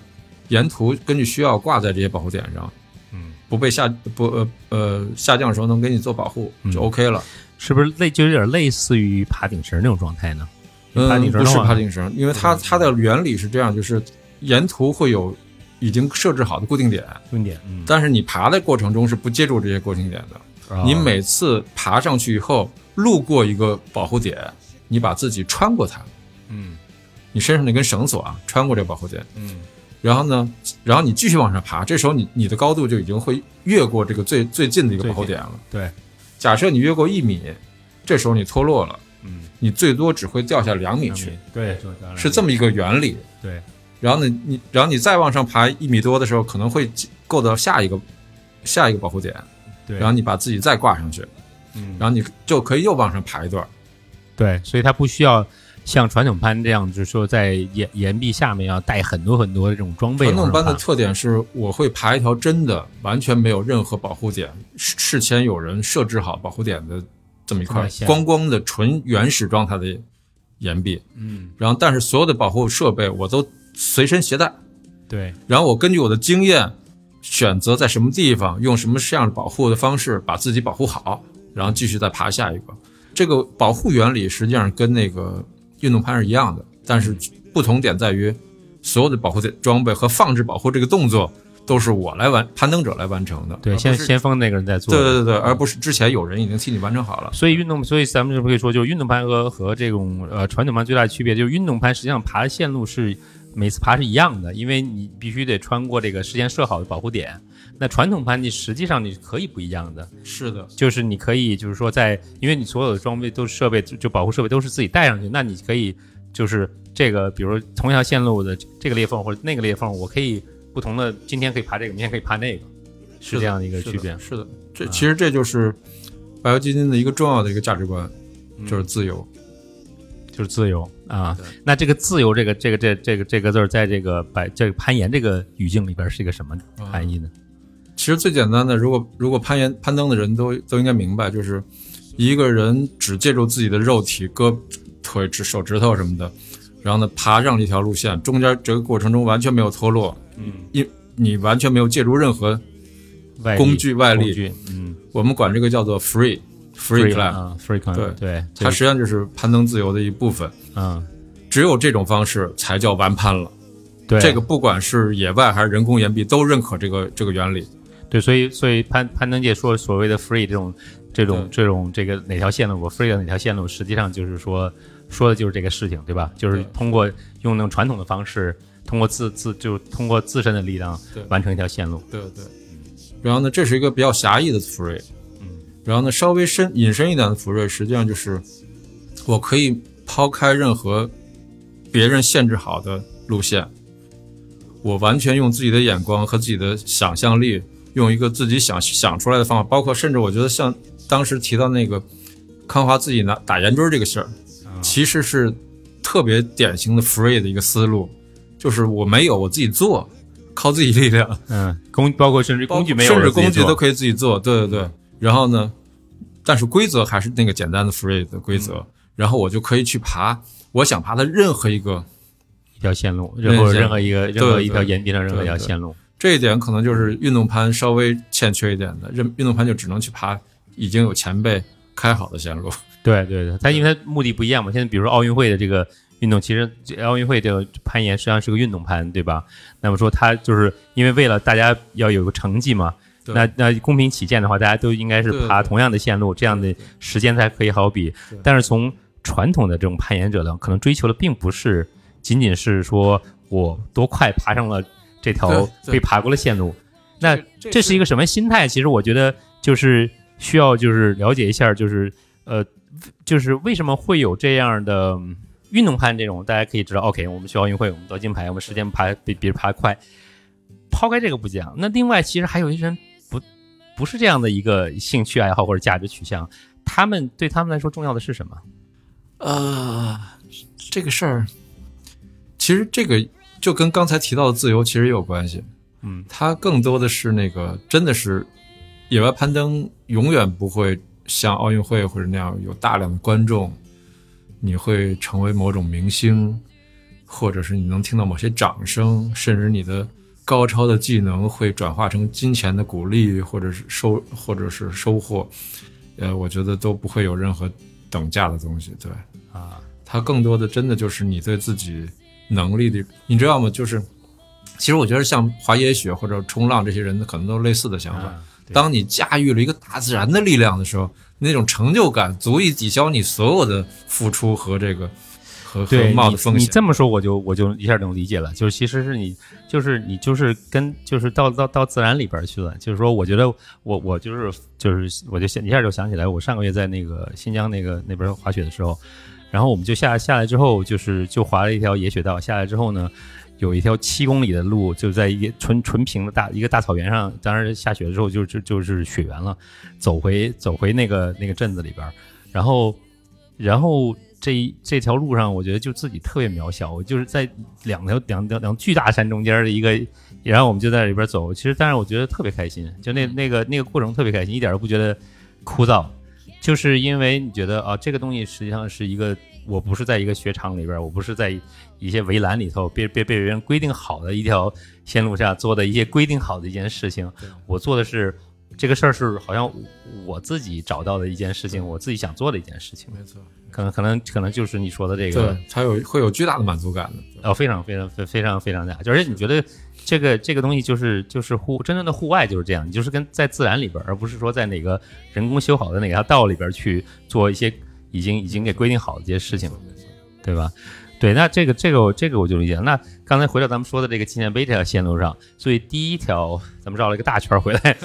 Speaker 2: 沿途，根据需要挂在这些保护点上，
Speaker 1: 嗯，
Speaker 2: 不被下不呃呃下降的时候能给你做保护
Speaker 1: 嗯
Speaker 2: 就 OK 了。
Speaker 1: 是不是类就有点类似于爬顶绳那种状态呢？
Speaker 2: 嗯，
Speaker 1: 爬顶绳
Speaker 2: 不
Speaker 1: 的
Speaker 2: 是
Speaker 1: 话
Speaker 2: 爬顶绳，因为它
Speaker 1: 嗯
Speaker 2: 它的原理是这样，就是沿途会有已经设置好的固定点，
Speaker 1: 蹲点，嗯，
Speaker 2: 但是你爬的过程中是不接触这些固定点的。
Speaker 1: 哦
Speaker 2: 你嗯每次爬上去以后，路过一个保护点，你把自己穿过它，
Speaker 1: 嗯
Speaker 2: 你身上那根绳索啊，穿过这个保护点。
Speaker 1: 嗯
Speaker 2: 然后呢，然后你继续往上爬，这时候你你的高度就已经会越过这个最最近的一个保护点了。
Speaker 1: 对，
Speaker 2: 假设你越过一米，这时候你脱落了，
Speaker 1: 嗯，
Speaker 2: 你最多只会掉下两米
Speaker 1: 两
Speaker 2: 去
Speaker 1: 米，对，
Speaker 2: 是这
Speaker 1: 么
Speaker 2: 么一个原理。
Speaker 1: 对，
Speaker 2: 然后呢，你然后你再往上爬一米多的时候，可能会够到下一个下一个保护点，
Speaker 1: 对，
Speaker 2: 然后你把自己再挂上去，
Speaker 1: 嗯
Speaker 2: 然后你就可以又往上爬一段。
Speaker 1: 对，所以它不需要像传统攀这样，就是说在岩岩壁下面要带很多很多这种装备
Speaker 2: 传
Speaker 1: 往上
Speaker 2: 统
Speaker 1: 爬。
Speaker 2: 班的特点是，我会爬一条真的完全没有任何保护点，事事前有人设置好保护点的这么一
Speaker 1: 这么
Speaker 2: 块
Speaker 1: 线
Speaker 2: 光光的纯原始状态的岩壁，
Speaker 1: 嗯，
Speaker 2: 然后但是所有的保护设备我都随身携带，
Speaker 1: 对，
Speaker 2: 然后我根据我的经验选择在什么地方用什么样的保护的方式把自己保护好，然后继续再爬下一个。这个保护原理实际上跟那个运动攀是一样的，但是不同点在于，所有的保护的装备和放置保护这个动作都是我来完攀登者来完成的。
Speaker 1: 对，
Speaker 2: 而不
Speaker 1: 先
Speaker 2: 是
Speaker 1: 先锋那个人在做。
Speaker 2: 对对对对，而不是之前有人已经替你完成好了。
Speaker 1: 所以运动，所以咱们是不是可以说，就是运动攀和和这种呃传统攀最大的区别，就是运动攀实际上爬的线路是每次爬是一样的，因为你必须得穿过这个事先设好的保护点。那传统攀你实际上你可以不一样的，
Speaker 2: 是的，
Speaker 1: 就是你可以就是说在，因为你所有的装备都是设备就就保护设备都是自己带上去，那你可以就是这个，比如说同一条线路的这个裂缝或者那个裂缝，我可以不同的，今天可以爬这个，明天可以爬那个，是这样的一个区别。
Speaker 2: 是的，这其实这就是白油基金的一个重要的一个价值观，就是自由。
Speaker 1: 就是自由啊
Speaker 2: 对。
Speaker 1: 那这个自由这个这个这这个这个字儿，在这个百这个攀岩这个语境里边是一个什么含义呢？
Speaker 2: 其实最简单的，如果如果攀岩攀登的人都都应该明白，就是一个人只借助自己的肉体、胳腿、指手指头什么的，然后呢爬上一条路线，中间这个过程中完全没有脱落，
Speaker 1: 嗯，
Speaker 2: 你完全没有借助任何
Speaker 1: 外力
Speaker 2: 工具外
Speaker 1: 哎工
Speaker 2: 力
Speaker 1: 具，嗯
Speaker 2: 我们管这个叫做 free free climb，
Speaker 1: 啊，free climb，
Speaker 2: 对
Speaker 1: 对，
Speaker 2: 它实际上就是攀登自由的一部分。
Speaker 1: 嗯，
Speaker 2: 只有这种方式才叫完攀了。
Speaker 1: 对
Speaker 2: 这个不管是野外还是人工岩壁，都认可这个这个原理。
Speaker 1: 对，所以所以攀攀登界说所谓的 free 这种这种
Speaker 2: 对
Speaker 1: 这种这个哪条线路我 free 的哪条线路，实际上就是说说的就是这个事情，对吧？就是
Speaker 2: 对
Speaker 1: 通过用那种传统的方式，通过自自就通过自身的力量
Speaker 2: 对
Speaker 1: 完成一条线路。
Speaker 2: 对对。然后呢，这是一个比较狭义的 free。
Speaker 1: 嗯。
Speaker 2: 然后呢，稍微深引申一点的 free，实际上就是我可以抛开任何别人限制好的路线，我完全用自己的眼光和自己的想象力，用一个自己想想出来的方法，包括甚至我觉得像当时提到那个康华自己拿打圆锥儿这个事儿，其实是特别典型的 free 的一个思路，就是我没有我自己做，靠自己力量，
Speaker 1: 嗯，工包括甚至工具没有，
Speaker 2: 甚至
Speaker 1: 我自己
Speaker 2: 工具
Speaker 1: 做嗯
Speaker 2: 都可以自己做，对对对。然后呢，但是规则还是那个简单的 free 的规
Speaker 1: 嗯
Speaker 2: 则，然后我就可以去爬我想爬的任何一个。
Speaker 1: 一条线路，
Speaker 2: 任
Speaker 1: 任何
Speaker 2: 线
Speaker 1: 任何一个任
Speaker 2: 嗯对
Speaker 1: 何
Speaker 2: 对
Speaker 1: 一条岩壁上任何一
Speaker 2: 对
Speaker 1: 条
Speaker 2: 对
Speaker 1: 线路。
Speaker 2: 这一点可能就是运动攀稍微欠缺一点的，运运动攀就只能去爬已经有前辈开好的线路。
Speaker 1: 对对对，它因为它目的不一样嘛。现在比如说奥运会的这个运动，其实这奥运会这个攀岩实际上是个运动攀，对吧？那么说它就是因为为了大家要有个成绩嘛，
Speaker 2: 对
Speaker 1: 那那公平起见的话，大家都应该是
Speaker 2: 对对
Speaker 1: 爬
Speaker 2: 对
Speaker 1: 同样的线路，这样的时间才可以好比
Speaker 2: 对。
Speaker 1: 但是从传统的这种攀岩者呢，可能追求的并不是仅仅是说我多快爬上了这条
Speaker 2: 对对
Speaker 1: 被爬过的线路，那
Speaker 2: 这
Speaker 1: 这是一个什么心态？其实我觉得就是需要就是了解一下，就是呃，就是为什么会有这样的嗯运动攀这种，大家可以知道，OK，我们去奥运会，我们得金牌，我们时间爬比别人爬得快。抛开这个不讲，那另外其实还有一些人不不是这样的一个兴趣爱好或者价值取向，他们对他们来说重要的是什么？
Speaker 2: 呃，这个事儿，其实这个就跟刚才提到的自由其实也有关系。
Speaker 1: 嗯，
Speaker 2: 它更多的是那个真的是野外攀登，永远不会像奥运会或者那样有大量的观众，你会成为某种明星，或者是你能听到某些掌声，甚至你的高超的技能会转化成金钱的鼓励，或者是收或者是收获。呃，我觉得都不会有任何等价的东西，对。
Speaker 1: 啊，
Speaker 2: 它更多的真的就是你对自己能力的，你知道吗？就是其实我觉得像滑野雪或者冲浪这些人，可能都类似的想法。
Speaker 1: 啊对
Speaker 2: 当你驾驭了一个大自然的力量的时候，那种成就感足以抵消你所有的付出和这个和和
Speaker 1: 对，
Speaker 2: 冒
Speaker 1: 你
Speaker 2: 的风
Speaker 1: 你
Speaker 2: 险。
Speaker 1: 这么说，我就我就一下能理解了，就是其实是你，就是你，就是跟就是到到到自然里边去了。就是说，我觉得我我就是就是我就想一下就想起来，我上个月在那个新疆那个那边滑雪的时候，然后我们就下下来之后，就是就滑了一条野雪道。下来之后呢，有一条七公里的路，就在一个纯纯平的大一个大草原上。当时下雪的时候就就就是雪原了，走回走回那个那个镇子里边儿，然后然后这一这条路上，我觉得就自己特别渺小，我就是在两条两两两巨大山中间的一个，然后我们就在里边走。其实，但是我觉得特别开心，就那那个那个过程特别开心，一点都不觉得枯燥，就是因为你觉得啊，这个东西实际上是一个，我不是在一个雪场里边，我不是在一些围栏里头，被被被别人规定好的一条线路下做的一些规定好的一件事情，我做的是。这个事儿是好像我自己找到的一件事情，我自己想做的一件事情。
Speaker 2: 没错，
Speaker 1: 可能可能可能就是你说的这个，
Speaker 2: 对，它有会有巨大的满足感的。
Speaker 1: 呃，非常非常非非常非常大，而且你觉得这个这个东西就是就是户真正的户外就是这样，你就是跟在自然里边儿，而不是说在哪个人工修好的哪条道里边儿去做一些已经已经给规定好的一些事情，对吧？对，那这个这个我这个我就理解了。那刚才回到咱们说的这个纪念碑这条线路上，所以第一条咱们绕了一个大圈儿回来，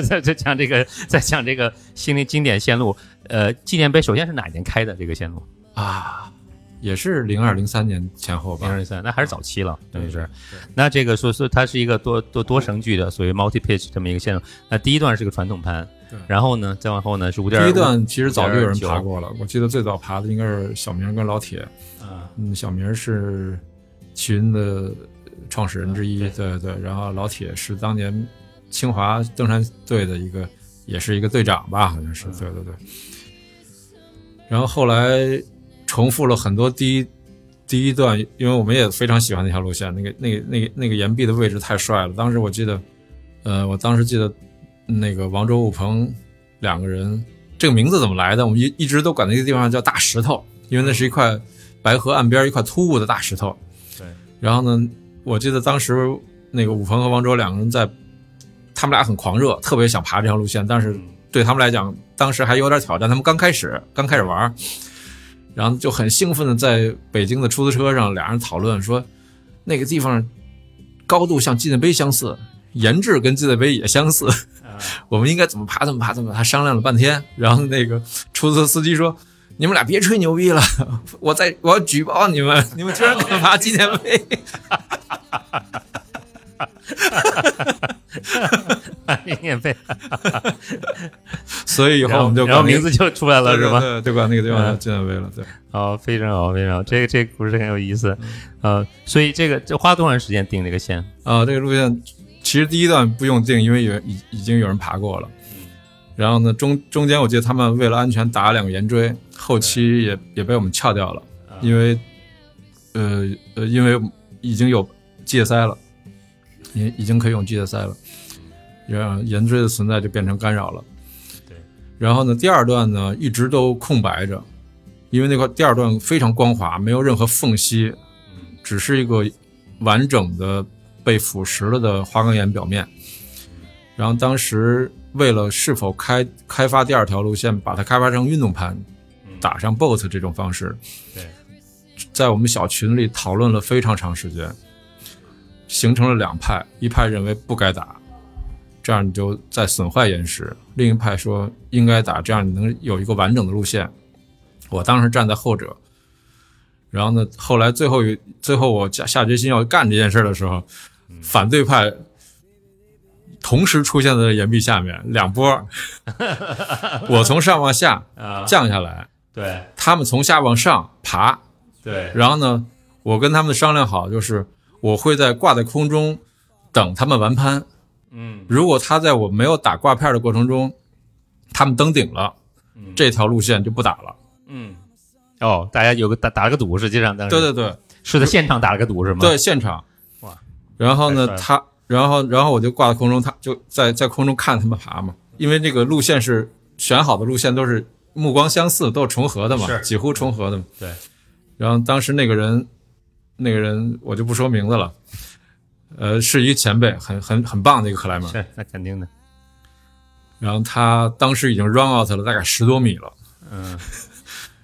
Speaker 1: 再再讲这个再讲这个心灵经典线路。呃，纪念碑首先是哪年开的这个线路？
Speaker 2: 啊，也是零二零三年前后
Speaker 1: 零
Speaker 2: 吧。
Speaker 1: 二三，那还是早期了，等于是
Speaker 2: 啊对。
Speaker 1: 那这个说说它是一个多多多绳距的，所谓 multi pitch 这么一个线路。那第一段是个传统盘
Speaker 2: 对，
Speaker 1: 然后呢，再往后呢是五点
Speaker 2: 第一段其实早就有人
Speaker 1: 5.29
Speaker 2: 爬过了，我记得最早爬的应该是小明跟老铁。
Speaker 1: 啊，
Speaker 2: 嗯，小明是奇云的创始人之一，
Speaker 1: 嗯
Speaker 2: 对对。然后老铁是当年清华登山队的一个，也是一个队长吧，好像是，对对对。然后后来重复了很多第一第一段，因为我们也非常喜欢那条路线，那个那个那个那个岩壁的位置太帅了。当时我记得，呃，我当时记得那个王周武鹏两个人，这个名字怎么来的？我们一一直都管那个地方叫大石头，因为那是一块白河岸边一块突兀的大石头。
Speaker 1: 对，
Speaker 2: 然后呢，我记得当时那个武鹏和王周两个人在，他们俩很狂热，特别想爬这条路线，但是
Speaker 1: 嗯
Speaker 2: 对他们来讲，当时还有点挑战。他们刚开始，刚开始玩儿，然后就很兴奋的在北京的出租车上，俩人讨论说，那个地方高度像纪念碑相似，颜值跟纪念碑也相似，
Speaker 1: 啊
Speaker 2: 我们应该怎么爬，怎么爬，怎么爬？商量了半天，然后那个出租车司机说。你们俩别吹牛逼了，我在我要举报你们！你们居然敢爬纪念碑！
Speaker 1: 纪念碑，
Speaker 2: 所以以后
Speaker 1: 然
Speaker 2: 我们就
Speaker 1: 然后
Speaker 2: 管那
Speaker 1: 名
Speaker 2: 个
Speaker 1: 字就出来了，是吧？
Speaker 2: 对对对，就管那个地方叫
Speaker 1: 嗯
Speaker 2: 纪念碑了。对，
Speaker 1: 好，非常好，非常好，这个这个故事很有意思，
Speaker 2: 嗯
Speaker 1: 呃，所以这个这花多长时间定这个线？
Speaker 2: 啊，这个路线其实第一段不用定，因为有已已经有人爬过了。然后呢，中中间我记得他们为了安全打了两个圆锥，后期也也被我们撬掉了，因为呃呃，因为已经有戒塞了，已已经可以用戒塞了，让圆锥的存在就变成干扰了。
Speaker 1: 对。
Speaker 2: 然后呢，第二段呢一直都空白着，因为那块第二段非常光滑，没有任何缝隙，只是一个完整的被腐蚀了的花岗岩表面。然后当时为了是否开开发第二条路线，把它开发成运动盘，打上 BOT 这种方式，
Speaker 1: 对，
Speaker 2: 在我们小群里讨论了非常长时间，形成了两派，一派认为不该打，这样你就在损坏岩石；另一派说应该打，这样你能有一个完整的路线。我当时站在后者，然后呢，后来最后一最后我下下决心要干这件事的时候，反对派同时出现在岩壁下面，两波，我从上往下
Speaker 1: 啊，
Speaker 2: 降下来，
Speaker 1: 对
Speaker 2: 他们从下往上爬，
Speaker 1: 对，
Speaker 2: 然后呢，我跟他们商量好，就是我会在挂在空中等他们完攀。
Speaker 1: 嗯
Speaker 2: 如果他在我没有打挂片的过程中，他们登顶了，这条路线就不打了。
Speaker 1: 嗯，哦，大家有个打打了个赌，实际上当时
Speaker 2: 对对对
Speaker 1: 是在现场打了个赌是吗？
Speaker 2: 对，现场。
Speaker 1: 哇！
Speaker 2: 然后呢
Speaker 1: 太，帅
Speaker 2: 他，然后然后我就挂在空中，他就在在空中看他们爬嘛，因为这个路线是选好的路线，都是目光相似，都是重合的嘛，
Speaker 1: 是
Speaker 2: 几乎重合的嘛。
Speaker 1: 对。
Speaker 2: 然后当时那个人，那个人我就不说名字了，呃，是一前辈，很很很棒的一个克莱门。
Speaker 1: 是那肯定的，
Speaker 2: 然后他当时已经 run out 了大概十多米了。
Speaker 1: 嗯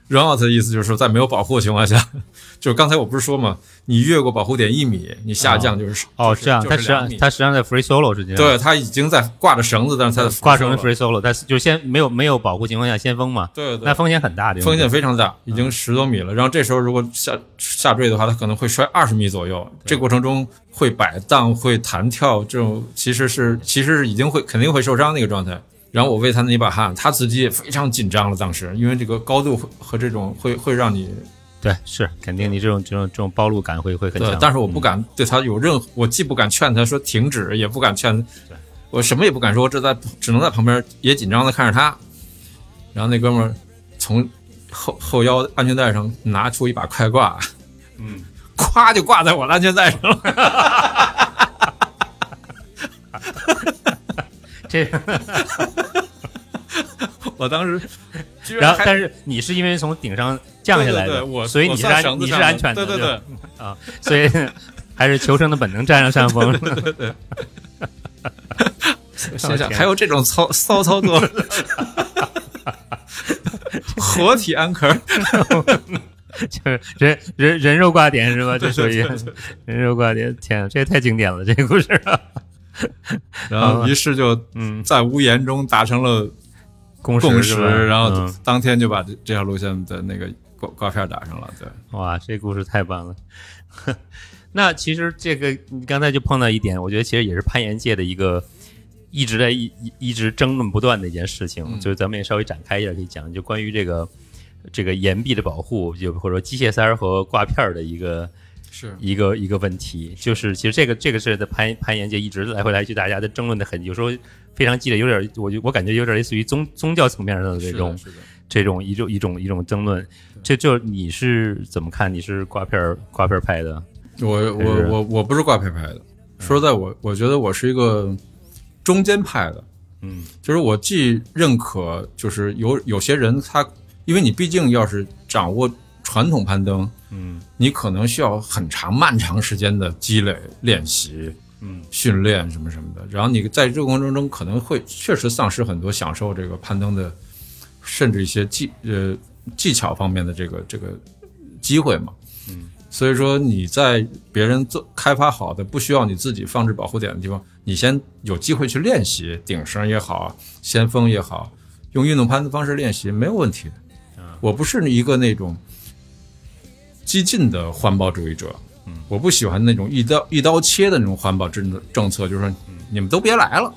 Speaker 2: run out 的意思就是说，在没有保护的情况下， 就是刚才我不是说嘛，你越过保护点一米，你下降就是
Speaker 1: 哦，
Speaker 2: 就是
Speaker 1: 这样，
Speaker 2: 就
Speaker 1: 他实
Speaker 2: 是
Speaker 1: 际
Speaker 2: 两
Speaker 1: 上
Speaker 2: 米。
Speaker 1: 他实际上在 free solo 实际上
Speaker 2: 对他已经在挂着绳子，但是他的
Speaker 1: 挂成了 free solo，他就先没有没有保护情况下先封嘛，
Speaker 2: 对对
Speaker 1: 那风险很大，这个
Speaker 2: 风险非常大，已经十多米了。然后这时候如果下下坠的话，他可能会摔二十米左右。这过程中会摆荡、会弹跳，这种其实是其实是已经会肯定会受伤的一个状态。然后我为他那一把汗，他自己也非常紧张了。当时因为这个高度和和这种会会让你
Speaker 1: 对是肯定，你这种这种这种暴露感会会很
Speaker 2: 对
Speaker 1: 强，，
Speaker 2: 但是我
Speaker 1: 嗯
Speaker 2: 不敢对他有任何，我既不敢劝他说停止，也不敢劝，我什么也不敢说，这在只能在旁边也紧张的看着他。然后那哥们儿从后后腰安全带上拿出一把快挂，
Speaker 1: 嗯，
Speaker 2: 咵就挂在我的安全带上了。
Speaker 1: 这
Speaker 2: 我当时居
Speaker 1: 然后
Speaker 2: 还
Speaker 1: 但是你是因为从顶上降下来
Speaker 2: 对对
Speaker 1: 的，
Speaker 2: 对我
Speaker 1: 所以
Speaker 2: 我
Speaker 1: 你是
Speaker 2: 算
Speaker 1: 安
Speaker 2: 绳子
Speaker 1: 你是
Speaker 2: 上的
Speaker 1: 安全的，
Speaker 2: 对
Speaker 1: 吧
Speaker 2: 对
Speaker 1: 啊，所以 还是求生的本能占上上风。
Speaker 2: 对，心想
Speaker 1: 天
Speaker 2: 还有这种操骚操作，活体安壳。
Speaker 1: 就是人人人肉挂点是吧？这属于人肉挂点，天啊，这也太经典了，这个故事、啊，
Speaker 2: 然后于是就
Speaker 1: 嗯，
Speaker 2: 在无言中达成了。
Speaker 1: 共识
Speaker 2: 共
Speaker 1: 是
Speaker 2: 识
Speaker 1: 吧，
Speaker 2: 然后
Speaker 1: 嗯
Speaker 2: 当天就把这这条路线的那个挂挂片打上了。对，
Speaker 1: 哇，这故事太棒了。 那其实这个你刚才就碰到一点，我觉得其实也是攀岩界的一个一直在一一一直争论不断的一件事情，
Speaker 2: 嗯
Speaker 1: 就是咱们也稍微展开一下可以讲，就关于这个这个岩壁的保护，就或者说机械塞儿和挂片儿的一个
Speaker 2: 是
Speaker 1: 一个一个问题，就是其实这个这个事在攀攀岩界一直来回来去，大家的争论的很，有时候非常激烈，有点我就我感觉有点类似于宗宗教层面上的这种
Speaker 2: 是的。
Speaker 1: 这种一种一种一种争论。这就你是怎么看？你是挂片儿挂片儿拍的？
Speaker 2: 我
Speaker 1: 还是嗯
Speaker 2: 我我我不是挂片拍的，说实在我我觉得我是一个中间派的，
Speaker 1: 嗯
Speaker 2: 就是我既认可，就是有有些人他，因为你毕竟要是掌握传统攀登，
Speaker 1: 嗯
Speaker 2: 你可能需要很长漫长时间的积累练习。
Speaker 1: 嗯
Speaker 2: 训练什么什么的，然后你在这个过程中可能会确实丧失很多享受这个攀登的，甚至一些技呃技巧方面的这个这个机会嘛。
Speaker 1: 嗯，
Speaker 2: 所以说你在别人做开发好的，不需要你自己放置保护点的地方，你先有机会去练习顶绳也好，先锋也好，用运动攀的方式练习没有问题的
Speaker 1: 嗯。
Speaker 2: 我不是一个那种激进的环保主义者，我不喜欢那种一刀一刀切的那种环保政政策，就是说你们都别来了，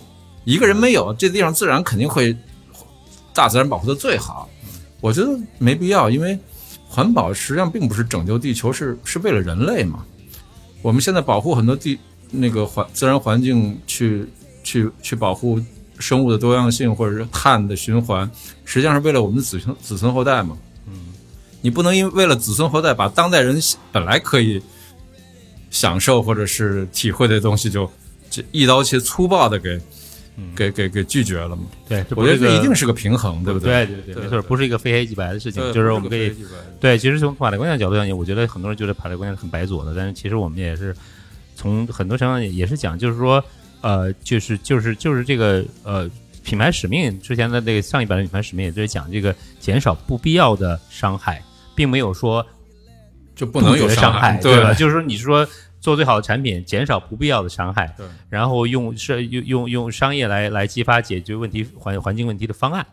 Speaker 2: 一个人没有，这地方自然肯定会大自然保护的最好。我觉得没必要，因为环保实际上并不是拯救地球，是是为了人类嘛。我们现在保护很多地那个环自然环境去，去去保护生物的多样性，或者是碳的循环，实际上是为了我们的子孙子孙后代嘛。
Speaker 1: 嗯，
Speaker 2: 你不能因为为了子孙后代，把当代人本来可以享受或者是体会的东西就，就一刀切粗暴的给、
Speaker 1: 嗯
Speaker 2: 给给给拒绝了嘛。
Speaker 1: 对，这
Speaker 2: 我
Speaker 1: 不
Speaker 2: 觉
Speaker 1: 是
Speaker 2: 得这
Speaker 1: 个
Speaker 2: 一定是个平衡，对不对？
Speaker 1: 对对
Speaker 2: 对
Speaker 1: 没错，
Speaker 2: 对
Speaker 1: 不是一个非黑即白的事情，就是我们可以
Speaker 2: 这个非黑即白
Speaker 1: 对，其实从法律观念角度上讲，我觉得很多人觉得法律观念很白左的，但是其实我们也是从很多程度上也也是讲，就是说，呃，就是就是就是这个呃品牌使命之前的那个上一版的品牌使命，也就是讲这个减少不必要的伤害，并没有说
Speaker 2: 就不能有
Speaker 1: 杜绝伤
Speaker 2: 害，
Speaker 1: 对吧？
Speaker 2: 吧？
Speaker 1: 就是说，你是说做最好的产品，减少不必要的伤害，
Speaker 2: 对
Speaker 1: 然后用是用用用商业来来激发解决问题环环境问题的方案，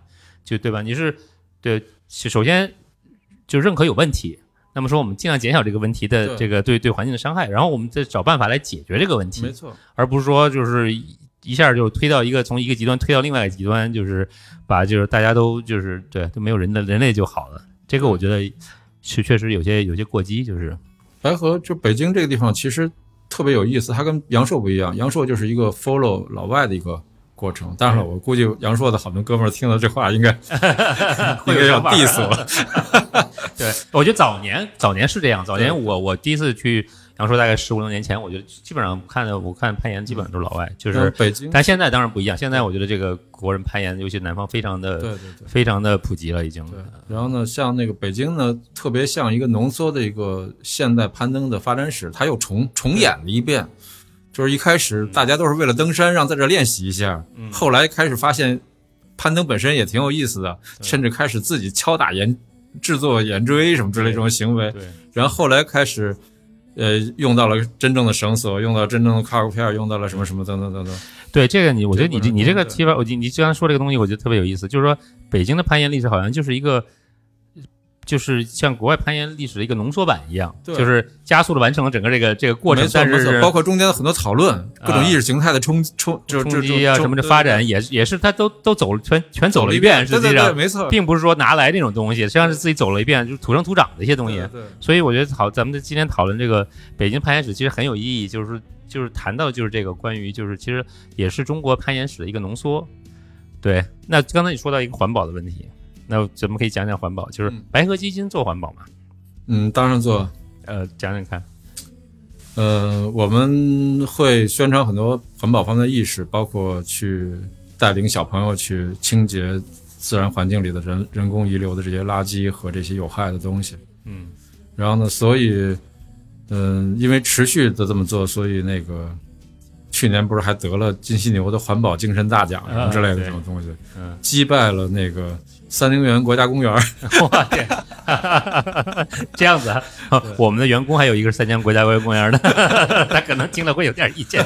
Speaker 1: 就对吧？你是对，是首先就认可有问题，那么说我们尽量减少这个问题的
Speaker 2: 对
Speaker 1: 这个对对环境的伤害，然后我们再找办法来解决这个问题，
Speaker 2: 没错，
Speaker 1: 而不是说就是一一下就推到一个从一个极端推到另外一个极端，就是把就是大家都就是对都没有人的人类就好了。这个我觉得是确实有些有些过激，就是
Speaker 2: 白河就北京这个地方其实特别有意思，它跟阳朔不一样，阳朔就是一个 follow 老外的一个过程。当然了，我估计阳朔的好多哥们儿听到这话应 该应该要 diss 我。
Speaker 1: 对，我觉得早年早年是这样，早年我我第一次去阳朔大概十五六年前，我觉得基本上看的我看攀岩基本上都是老外，就
Speaker 2: 但是
Speaker 1: 是
Speaker 2: 北京，
Speaker 1: 但现在当然不一样，现在我觉得这个国人攀岩，尤其南方非常
Speaker 2: 对
Speaker 1: 的
Speaker 2: 对对。
Speaker 1: 非常的普及了，已经。
Speaker 2: 对，然后呢，像那个北京呢，特别像一个浓缩的一个现代攀登的发展史，它又重重演了一遍。就是一开始大家都是为了登山，让在这儿练习一下，
Speaker 1: 嗯
Speaker 2: 后来开始发现攀登本身也挺有意思的，
Speaker 1: 嗯
Speaker 2: 甚至开始自己敲打岩、制作岩锥什么之类这种行为。
Speaker 1: 对
Speaker 2: 然后后来开始，呃，用到了真正的绳索，用到真正的靠片，用到了什么什么等等等等。
Speaker 1: 对，这个你，我觉得你
Speaker 2: 这
Speaker 1: 这
Speaker 2: 不能
Speaker 1: 你这个
Speaker 2: 对
Speaker 1: 提法，我你你刚刚说这个东西，我觉得特别有意思，就是说北京的攀岩历史好像就是一个，就是像国外攀岩历史的一个浓缩版一样，
Speaker 2: 对
Speaker 1: 就是加速的完成了整个这个这个过程
Speaker 2: 没，错
Speaker 1: 但
Speaker 2: 没
Speaker 1: 是
Speaker 2: 错，包括中间的很多讨论，各种
Speaker 1: 啊
Speaker 2: 意识形态的冲冲，就
Speaker 1: 冲击啊什么的发展，也是也是他都都走了全全走了一遍，实
Speaker 2: 对对
Speaker 1: 际
Speaker 2: 对，
Speaker 1: 上
Speaker 2: 没错，
Speaker 1: 并不是说拿来这种东西，实际上是自己走了一遍，就是土生土长的一些东西
Speaker 2: 对。对
Speaker 1: 所以我觉得好，咱们今天讨论这个北京攀岩史其实很有意义，就是就是谈到就是这个关于就是其实也是中国攀岩史的一个浓缩。对，那刚才你说到一个环保的问题，那咱们可以讲讲环保，就是
Speaker 2: 嗯
Speaker 1: 白河基金做环保嘛？
Speaker 2: 嗯，当然做。
Speaker 1: 呃，讲讲看。
Speaker 2: 呃，我们会宣传很多环保方面的意识，包括去带领小朋友去清洁自然环境里的人人工遗留的这些垃圾和这些有害的东西。
Speaker 1: 嗯
Speaker 2: 然后呢，所以，嗯，因为持续的这么做，所以那个去年不是还得了金犀牛的环保精神大奖什么之类
Speaker 1: 啊
Speaker 2: 的
Speaker 1: 对
Speaker 2: 这种东西，
Speaker 1: 嗯，
Speaker 2: 击败了那个三陵园国家公园。
Speaker 1: 我天， 这样子啊，我们的员工还有一个是三江国家公 园的，他可能听了会有点意见。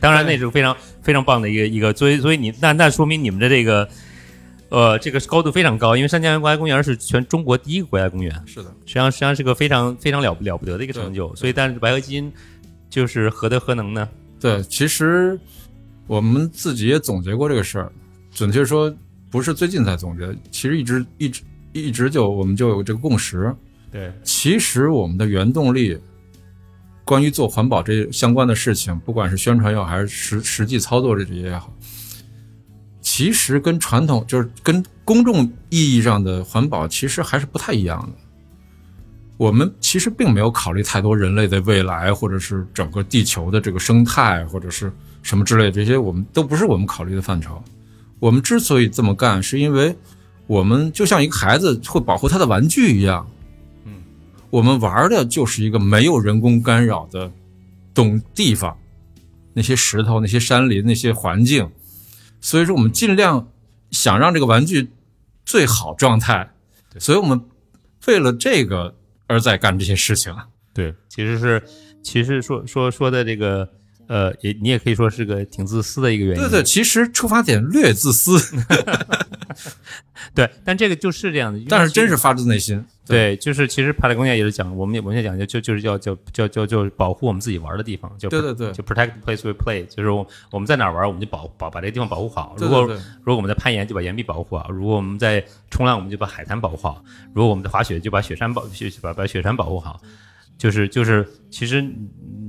Speaker 1: 当然，那是非常非常棒的一个一个，所以所以你那那说明你们的这个。呃，这个是高度非常高，因为三江国家公园是全中国第一个国家公园，
Speaker 2: 是的，
Speaker 1: 实际上实际上是个非常非常了不了不得的一个成就。所以，但是白河基金就是何德何能呢？
Speaker 2: 对，其实我们自己也总结过这个事儿，准确说不是最近才总结，其实一直一直一直就我们就有这个共识。
Speaker 1: 对，
Speaker 2: 其实我们的原动力，关于做环保这相关的事情，不管是宣传也好，还是实实际操作这些也好，其实跟传统就是跟公众意义上的环保其实还是不太一样的。我们其实并没有考虑太多人类的未来，或者是整个地球的这个生态，或者是什么之类的，这些我们都不是我们考虑的范畴。我们之所以这么干，是因为我们就像一个孩子会保护他的玩具一样，
Speaker 1: 嗯，
Speaker 2: 我们玩的就是一个没有人工干扰的懂地方，那些石头、那些山林、那些环境，所以说我们尽量想让这个玩具最好状态，所以我们为了这个而在干这些事情。
Speaker 1: 对，其实是其实说说说的这个呃，也你也可以说是个挺自私的一个原因。
Speaker 2: 对对，其实出发点略自私，
Speaker 1: 对，但这个就是这样的，因为
Speaker 2: 但是
Speaker 1: 其实
Speaker 2: 真是发自内心。
Speaker 1: 对，就是其实帕拉贡亚也是讲，我们也我们也讲究，就就是要叫叫叫就保护我们自己玩的地方，就
Speaker 2: 对对对
Speaker 1: 就 protect the place we play，就是我我们在哪儿玩，我们就保保把这个地方保护好。
Speaker 2: 对
Speaker 1: 如果
Speaker 2: 对对
Speaker 1: 如果我们在攀岩，就把岩壁保护好；如果我们在冲浪，我们就把海滩保护好；如果我们在滑雪，就把雪山保雪把把雪山保护好。就是就是，其实你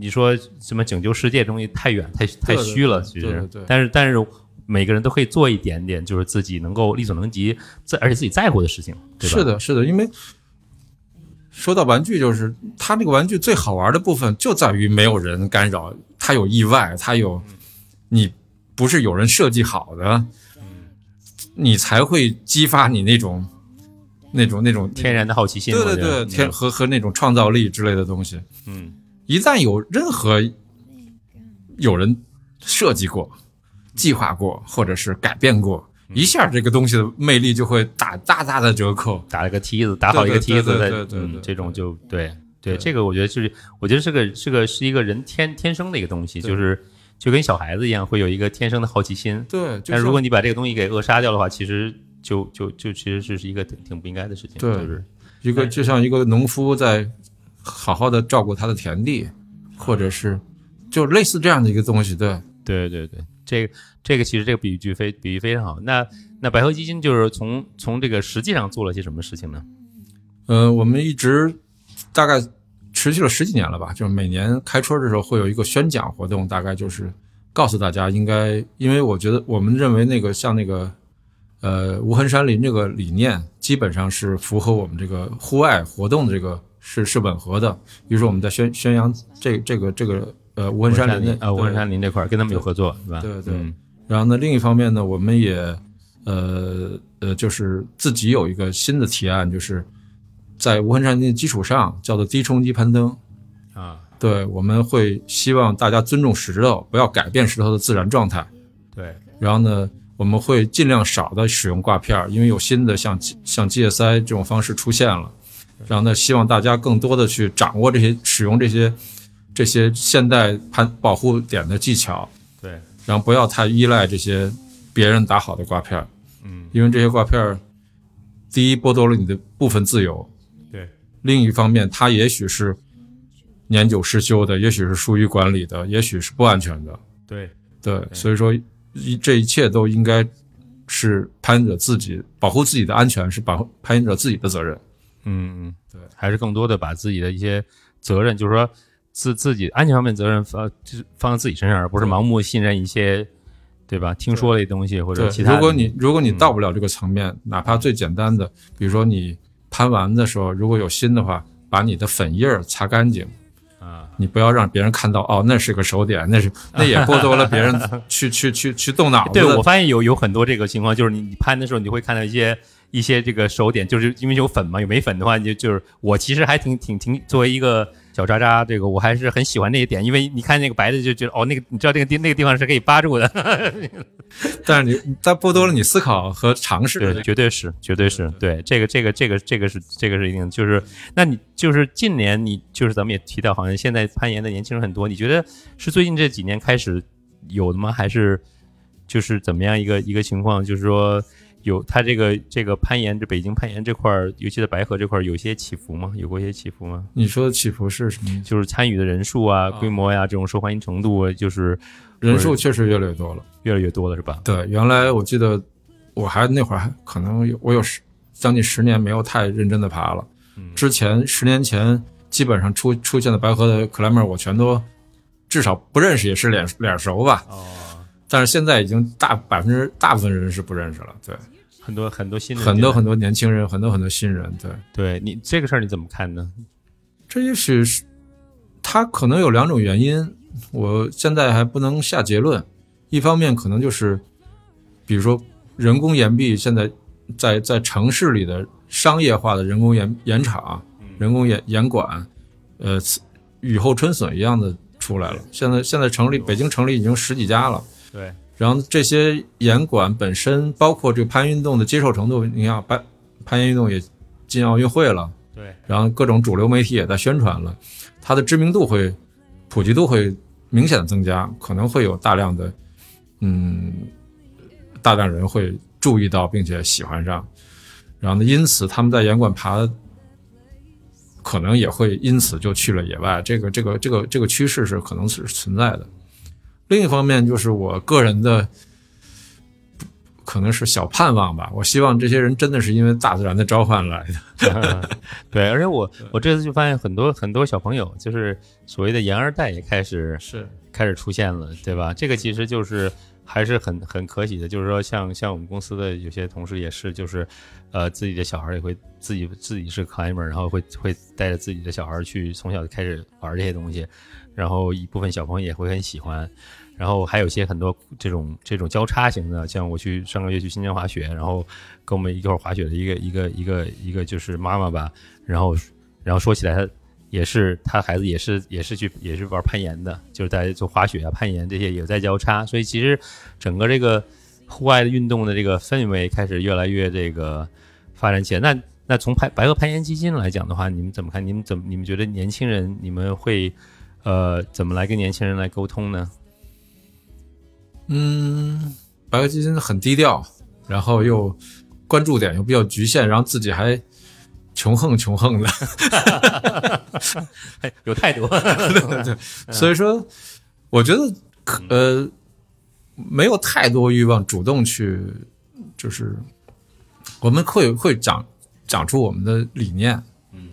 Speaker 1: 你说什么拯救世界东西太远太太
Speaker 2: 对对
Speaker 1: 虚了，
Speaker 2: 对
Speaker 1: 其实，
Speaker 2: 对对对
Speaker 1: 但是但是每个人都可以做一点点，就是自己能够力所能及，在而且自己在乎的事情，对吧？
Speaker 2: 是，的，是的，因为说到玩具，就是它那个玩具最好玩的部分就在于没有人干扰，它有意外，它有你不是有人设计好的，你才会激发你那种那种那种
Speaker 1: 天然的好奇心，
Speaker 2: 对
Speaker 1: 我
Speaker 2: 对
Speaker 1: 觉得
Speaker 2: 对天和和那种创造力之类的东西。
Speaker 1: 嗯。
Speaker 2: 一旦有任何有人设计过、计划过，或者是改变过，
Speaker 1: 嗯
Speaker 2: 一下这个东西的魅力就会打大大的折扣。
Speaker 1: 打了个梯子，打好一个梯子，
Speaker 2: 对对
Speaker 1: 再
Speaker 2: 对对对
Speaker 1: 嗯
Speaker 2: 对，
Speaker 1: 这种就对
Speaker 2: 对
Speaker 1: 对，这个我觉得是，我觉得是个是个是一个人天天生的一个东西，
Speaker 2: 对
Speaker 1: 就是就跟小孩子一样，会有一个天生的好奇心。
Speaker 2: 对，就
Speaker 1: 但
Speaker 2: 是
Speaker 1: 如果你把这个东西给扼杀掉的话，其实就就就其实是是一个挺挺不应该的事情，
Speaker 2: 对
Speaker 1: 就是
Speaker 2: 一个就像一个农夫在好好的照顾他的田地，或者是就类似这样的一个东西。对，
Speaker 1: 对对对，这个这个其实这个比喻非比喻非常好。那那白河基金就是从从这个实际上做了些什么事情呢？
Speaker 2: 呃，我们一直大概持续了十几年了吧，就是每年开春的时候会有一个宣讲活动，大概就是告诉大家应该，因为我觉得我们认为那个像那个呃无痕山林这个理念，基本上是符合我们这个户外活动的这个是是吻合的，于是我们在宣宣扬这这个这个呃无痕山林的
Speaker 1: 啊，
Speaker 2: 对
Speaker 1: 文山林这块儿跟他们有合作，是吧？
Speaker 2: 对对
Speaker 1: 嗯
Speaker 2: 然后呢，另一方面呢，我们也呃呃，就是自己有一个新的提案，就是在无痕山林的基础上，叫做低冲击攀登。
Speaker 1: 啊，
Speaker 2: 对，我们会希望大家尊重石头，不要改变石头的自然状态。
Speaker 1: 对，
Speaker 2: 然后呢，我们会尽量少的使用挂片儿，因为有新的像像 GSI 这种方式出现了。然后呢，希望大家更多的去掌握这些使用这些这些现代攀保护点的技巧。
Speaker 1: 对，
Speaker 2: 然后不要太依赖这些别人打好的挂片儿，
Speaker 1: 嗯，
Speaker 2: 因为这些挂片儿，第一剥夺了你的部分自由，
Speaker 1: 对，
Speaker 2: 另一方面它也许是年久失修的，也许是疏于管理的，也许是不安全的，
Speaker 1: 对，
Speaker 2: 对，所以说一这一切都应该是攀岩者自己保护自己的安全，是保护攀岩者自己的责任。
Speaker 1: 嗯，嗯，
Speaker 2: 对，
Speaker 1: 还是更多的把自己的一些责任，就是说自自己安全方面责任放就是放在自己身上，而不是盲目信任一些，对吧？听说类东西或者
Speaker 2: 对，
Speaker 1: 其他的。嗯
Speaker 2: 如果你如果你到不了这个层面，哪怕最简单的，比如说你攀完的时候，如果有新的话，把你的粉印儿擦干净，
Speaker 1: 啊，
Speaker 2: 你不要让别人看到哦，那是个手 点，那是那也剥夺了别人去去去去动脑子
Speaker 1: 对
Speaker 2: 的。
Speaker 1: 我发现有有很多这个情况，就是你你攀的时候，你会看到一些一些这个手点，就是因为有粉嘛，有没粉的话，你就就是我其实还挺挺挺作为一个小渣渣，这个我还是很喜欢这一点，因为你看那个白的就觉得哦，那个你知道这个地那个地方是可以扒住的，
Speaker 2: 但是你它剥夺了你思考和尝试的
Speaker 1: 对，绝对是，绝对是对这个，这个，这个，这个是，这个是一定的。就是，那你就是近年，你就是咱们也提到，好像现在攀岩的年轻人很多，你觉得是最近这几年开始有的吗？还是就是怎么样一个一个情况？就是说有他这个这个攀岩，这北京攀岩这块儿，尤其在白河这块儿，有些起伏吗？有过一些起伏吗？
Speaker 2: 你说的起伏是什么意思？
Speaker 1: 就是参与的人数啊、规模呀、这种受欢迎程度啊，就是
Speaker 2: 人数确实越来越多了。
Speaker 1: 越来越多了，是吧？
Speaker 2: 对，原来我记得我还那会儿还可能有我有十将近十年没有太认真的爬了。之前十年前基本上出出现的白河的 climber 我全都至少不认识也是脸脸熟吧，
Speaker 1: 哦，
Speaker 2: 但是现在已经大百分之大部分人是不认识了。对，
Speaker 1: 很多很多新的
Speaker 2: 很多
Speaker 1: 人
Speaker 2: 很多年轻人，很多很多新人，对。
Speaker 1: 对你这个事儿你怎么看呢？
Speaker 2: 这也许是它可能有两种原因，我现在还不能下结论。一方面可能就是，比如说人工岩壁现在在在城市里的商业化的人工岩岩厂、人工岩岩管，呃，此雨后春笋一样的出来了。现在现在城里北京城里已经十几家了。
Speaker 1: 对，
Speaker 2: 然后这些严管本身，包括这个攀运动的接受程度，你看啊攀攀岩运动也进奥运会了，
Speaker 1: 对，
Speaker 2: 然后各种主流媒体也在宣传了，它的知名度会普及度会明显的增加，可能会有大量的嗯大量人会注意到并且喜欢上，然后呢，因此他们在严管爬。可能也会因此就去了野外，这个这个这个这个趋势是可能是存在的。另一方面，就是我个人的可能是小盼望吧，我希望这些人真的是因为大自然的召唤来的。
Speaker 1: 对，而且我我这次就发现很多很多小朋友，就是所谓的研二代也开始
Speaker 2: 是，
Speaker 1: 开始出现了，对吧？这个其实就是还是很很可喜的，就是说像像我们公司的有些同事也是，就是呃自己的小孩儿也会自己自己是 climber，然后会会带着自己的小孩儿去从小就开始玩这些东西，然后一部分小朋友也会很喜欢。然后还有一些很多这种这种交叉型的，像我去上个月去新疆滑雪，然后跟我们一块儿滑雪的一个一个一个一个就是妈妈吧，然后然后说起来她也是他孩子也是也是去也是玩攀岩的，就是在做滑雪啊、攀岩这些有在交叉，所以其实整个这个户外的运动的这个氛围开始越来越这个发展起来。那那从白白河攀岩基金来讲的话，你们怎么看？你们怎么你们觉得年轻人你们会呃怎么来跟年轻人来沟通呢？
Speaker 2: 嗯，白鹅基金很低调，然后又关注点又比较局限，然后自己还穷横穷横的，
Speaker 1: 哎、有态度，
Speaker 2: 所以说，我觉得可呃没有太多欲望主动去，就是我们会会讲讲出我们的理念。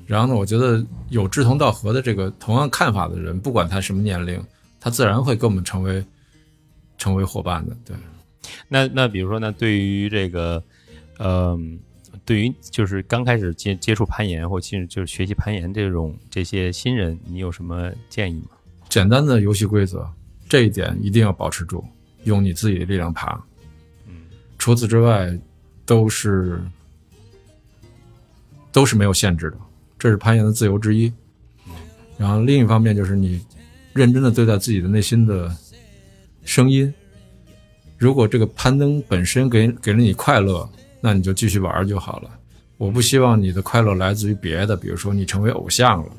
Speaker 2: 然后呢，我觉得有志同道合的这个同样看法的人，不管他什么年龄，他自然会跟我们成为成为伙伴的。对，
Speaker 1: 那那比如说呢，对于这个，嗯、对于就是刚开始接接触攀岩或进入就是学习攀岩这种这些新人，你有什么建议吗？
Speaker 2: 简单的游戏规则，这一点一定要保持住，用你自己的力量爬。
Speaker 1: 嗯，
Speaker 2: 除此之外，都是都是没有限制的，这是攀岩的自由之一。然后另一方面就是你认真的对待自己的内心的声音。如果这个攀登本身给给了你快乐，那你就继续玩儿就好了。我不希望你的快乐来自于别的，比如说你成为偶像了，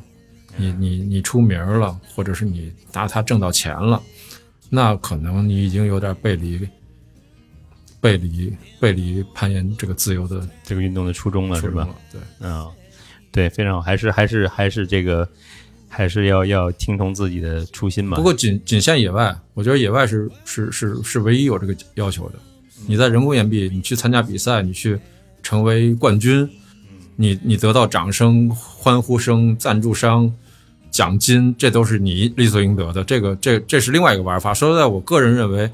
Speaker 2: 你你你出名儿了，或者是你拿它挣到钱了，那可能你已经有点背离背离背离攀岩这个自由的
Speaker 1: 这个运动的初衷了
Speaker 2: 初
Speaker 1: 是
Speaker 2: 衷
Speaker 1: 吧？
Speaker 2: 了。对，
Speaker 1: 嗯，对，非常好，还是还是还是这个，还是要要听从自己的初心嘛。
Speaker 2: 不过仅仅限野外，我觉得野外是是是是唯一有这个要求的。你在人工岩壁，你去参加比赛，你去成为冠军，你你得到掌声、欢呼声、赞助商、奖金，这都是你理所应得的。这个这这是另外一个玩法。说实在，我个人认为，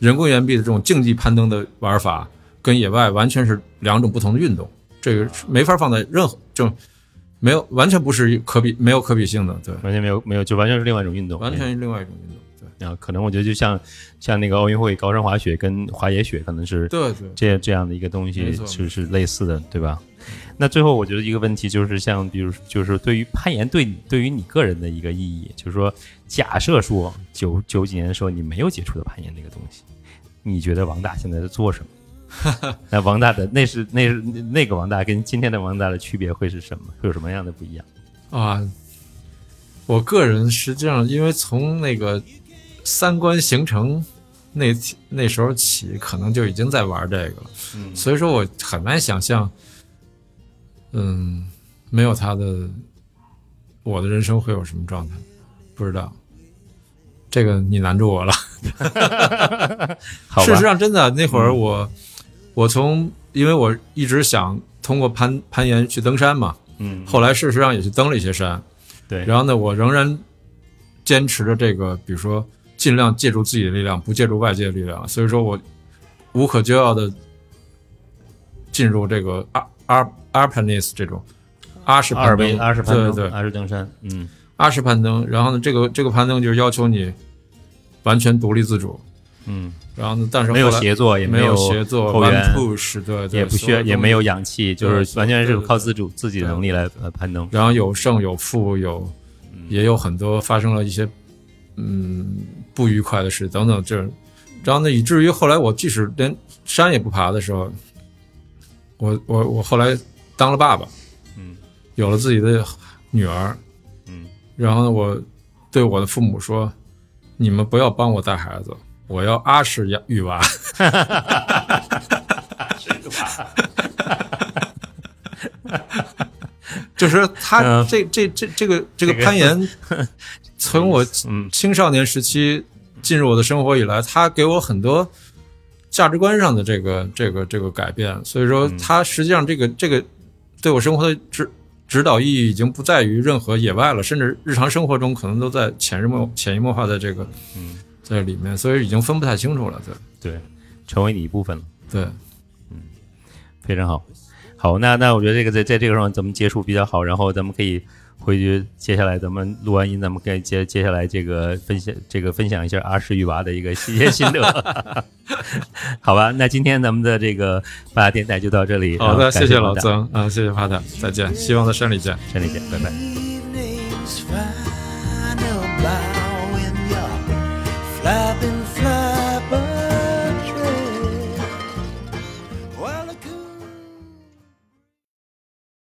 Speaker 2: 人工岩壁的这种竞技攀登的玩法跟野外完全是两种不同的运动，这个是没法放在任何就没有完全不是可比没有可比性的，对，
Speaker 1: 完全没有没有，就完全是另外一种运动，
Speaker 2: 完全是另外一种运动。对。
Speaker 1: 嗯。啊，可能我觉得就像像那个奥运会高山滑雪跟滑野雪，可能是
Speaker 2: 对对，
Speaker 1: 这这样的一个东西
Speaker 2: 没错
Speaker 1: 是是类似的，对吧？那最后我觉得一个问题就是，像比如就是对于攀岩对你对于你个人的一个意义，就是说，假设说九九几年的时候你没有接触到攀岩这个东西，你觉得王大现在在做什么？ 那王大的那是那是那个王大跟今天的王大的区别会是什么？会有什么样的不一样？
Speaker 2: 啊，我个人实际上因为从那个三观形成那那时候起，可能就已经在玩这个了，
Speaker 1: 嗯
Speaker 2: 所以说我很难想象，嗯，没有他的，我的人生会有什么状态，不知道。这个你难住我了。
Speaker 1: 好吧，嗯
Speaker 2: 事实上，真的那会儿我，我从因为我一直想通过攀攀岩去登山嘛，
Speaker 1: 嗯，
Speaker 2: 后来事实上也去登了一些山，
Speaker 1: 对
Speaker 2: 然后呢，我仍然坚持着这个，比如说尽量借助自己的力量，不借助外界的力量。所以说我无可救药的进入这个阿阿阿潘尼斯这种阿什
Speaker 1: 阿尔
Speaker 2: 攀
Speaker 1: 卑
Speaker 2: 登，
Speaker 1: 阿什攀登，
Speaker 2: 对对对，
Speaker 1: 阿什登山，嗯
Speaker 2: 阿什攀登。然后呢，这个这个攀登就是要求你完全独立自主。
Speaker 1: 嗯，
Speaker 2: 然后呢，但是
Speaker 1: 没有
Speaker 2: 后来
Speaker 1: 协作，也
Speaker 2: 没
Speaker 1: 有
Speaker 2: 协作
Speaker 1: 后援
Speaker 2: ，one push，对对，
Speaker 1: 也不需
Speaker 2: 所
Speaker 1: 要，
Speaker 2: 有东西
Speaker 1: 也没有氧气，就
Speaker 2: 对
Speaker 1: 是完全是
Speaker 2: 对对
Speaker 1: 靠自主自己的
Speaker 2: 对
Speaker 1: 能力来呃攀登。
Speaker 2: 然后有胜有负，有
Speaker 1: 嗯
Speaker 2: 也有很多发生了一些嗯不愉快的事等等，这然后呢，以至于后来我即使连山也不爬的时候，我我我后来当了爸爸，
Speaker 1: 嗯
Speaker 2: 有了自己的女儿，
Speaker 1: 嗯
Speaker 2: 然后呢，我对我的父母说：“你们不要帮我带孩子，我要阿氏育娃。” 就是他
Speaker 1: 嗯
Speaker 2: 这这这这个这个
Speaker 1: 这个
Speaker 2: 攀岩，从我
Speaker 1: 嗯
Speaker 2: 青少年时期进入我的生活以来，他给我很多价值观上的这个这个这个改变。所以说，他实际上这个这个对我生活的指指导意义已经不在于任何野外了，甚至日常生活中可能都在潜移默潜移默化在这个
Speaker 1: 嗯，
Speaker 2: 在里面，所以已经分不太清楚了。
Speaker 1: 对，成为你一部分了，
Speaker 2: 对对，
Speaker 1: 非常好。好，那那我觉得这个在在这个上咱们结束比较好，然后咱们可以回去，接下来咱们录完音，咱们可以接接下来这个分享这个分享一下阿诗育娃的一个一些 心得，好吧？那今天咱们的这个八大电台就到这里，
Speaker 2: 好的，谢谢老
Speaker 1: 曾。
Speaker 2: 曾啊，谢谢帕塔，再见，希望在山里见。
Speaker 1: 山里见，拜拜。
Speaker 3: evening's fine.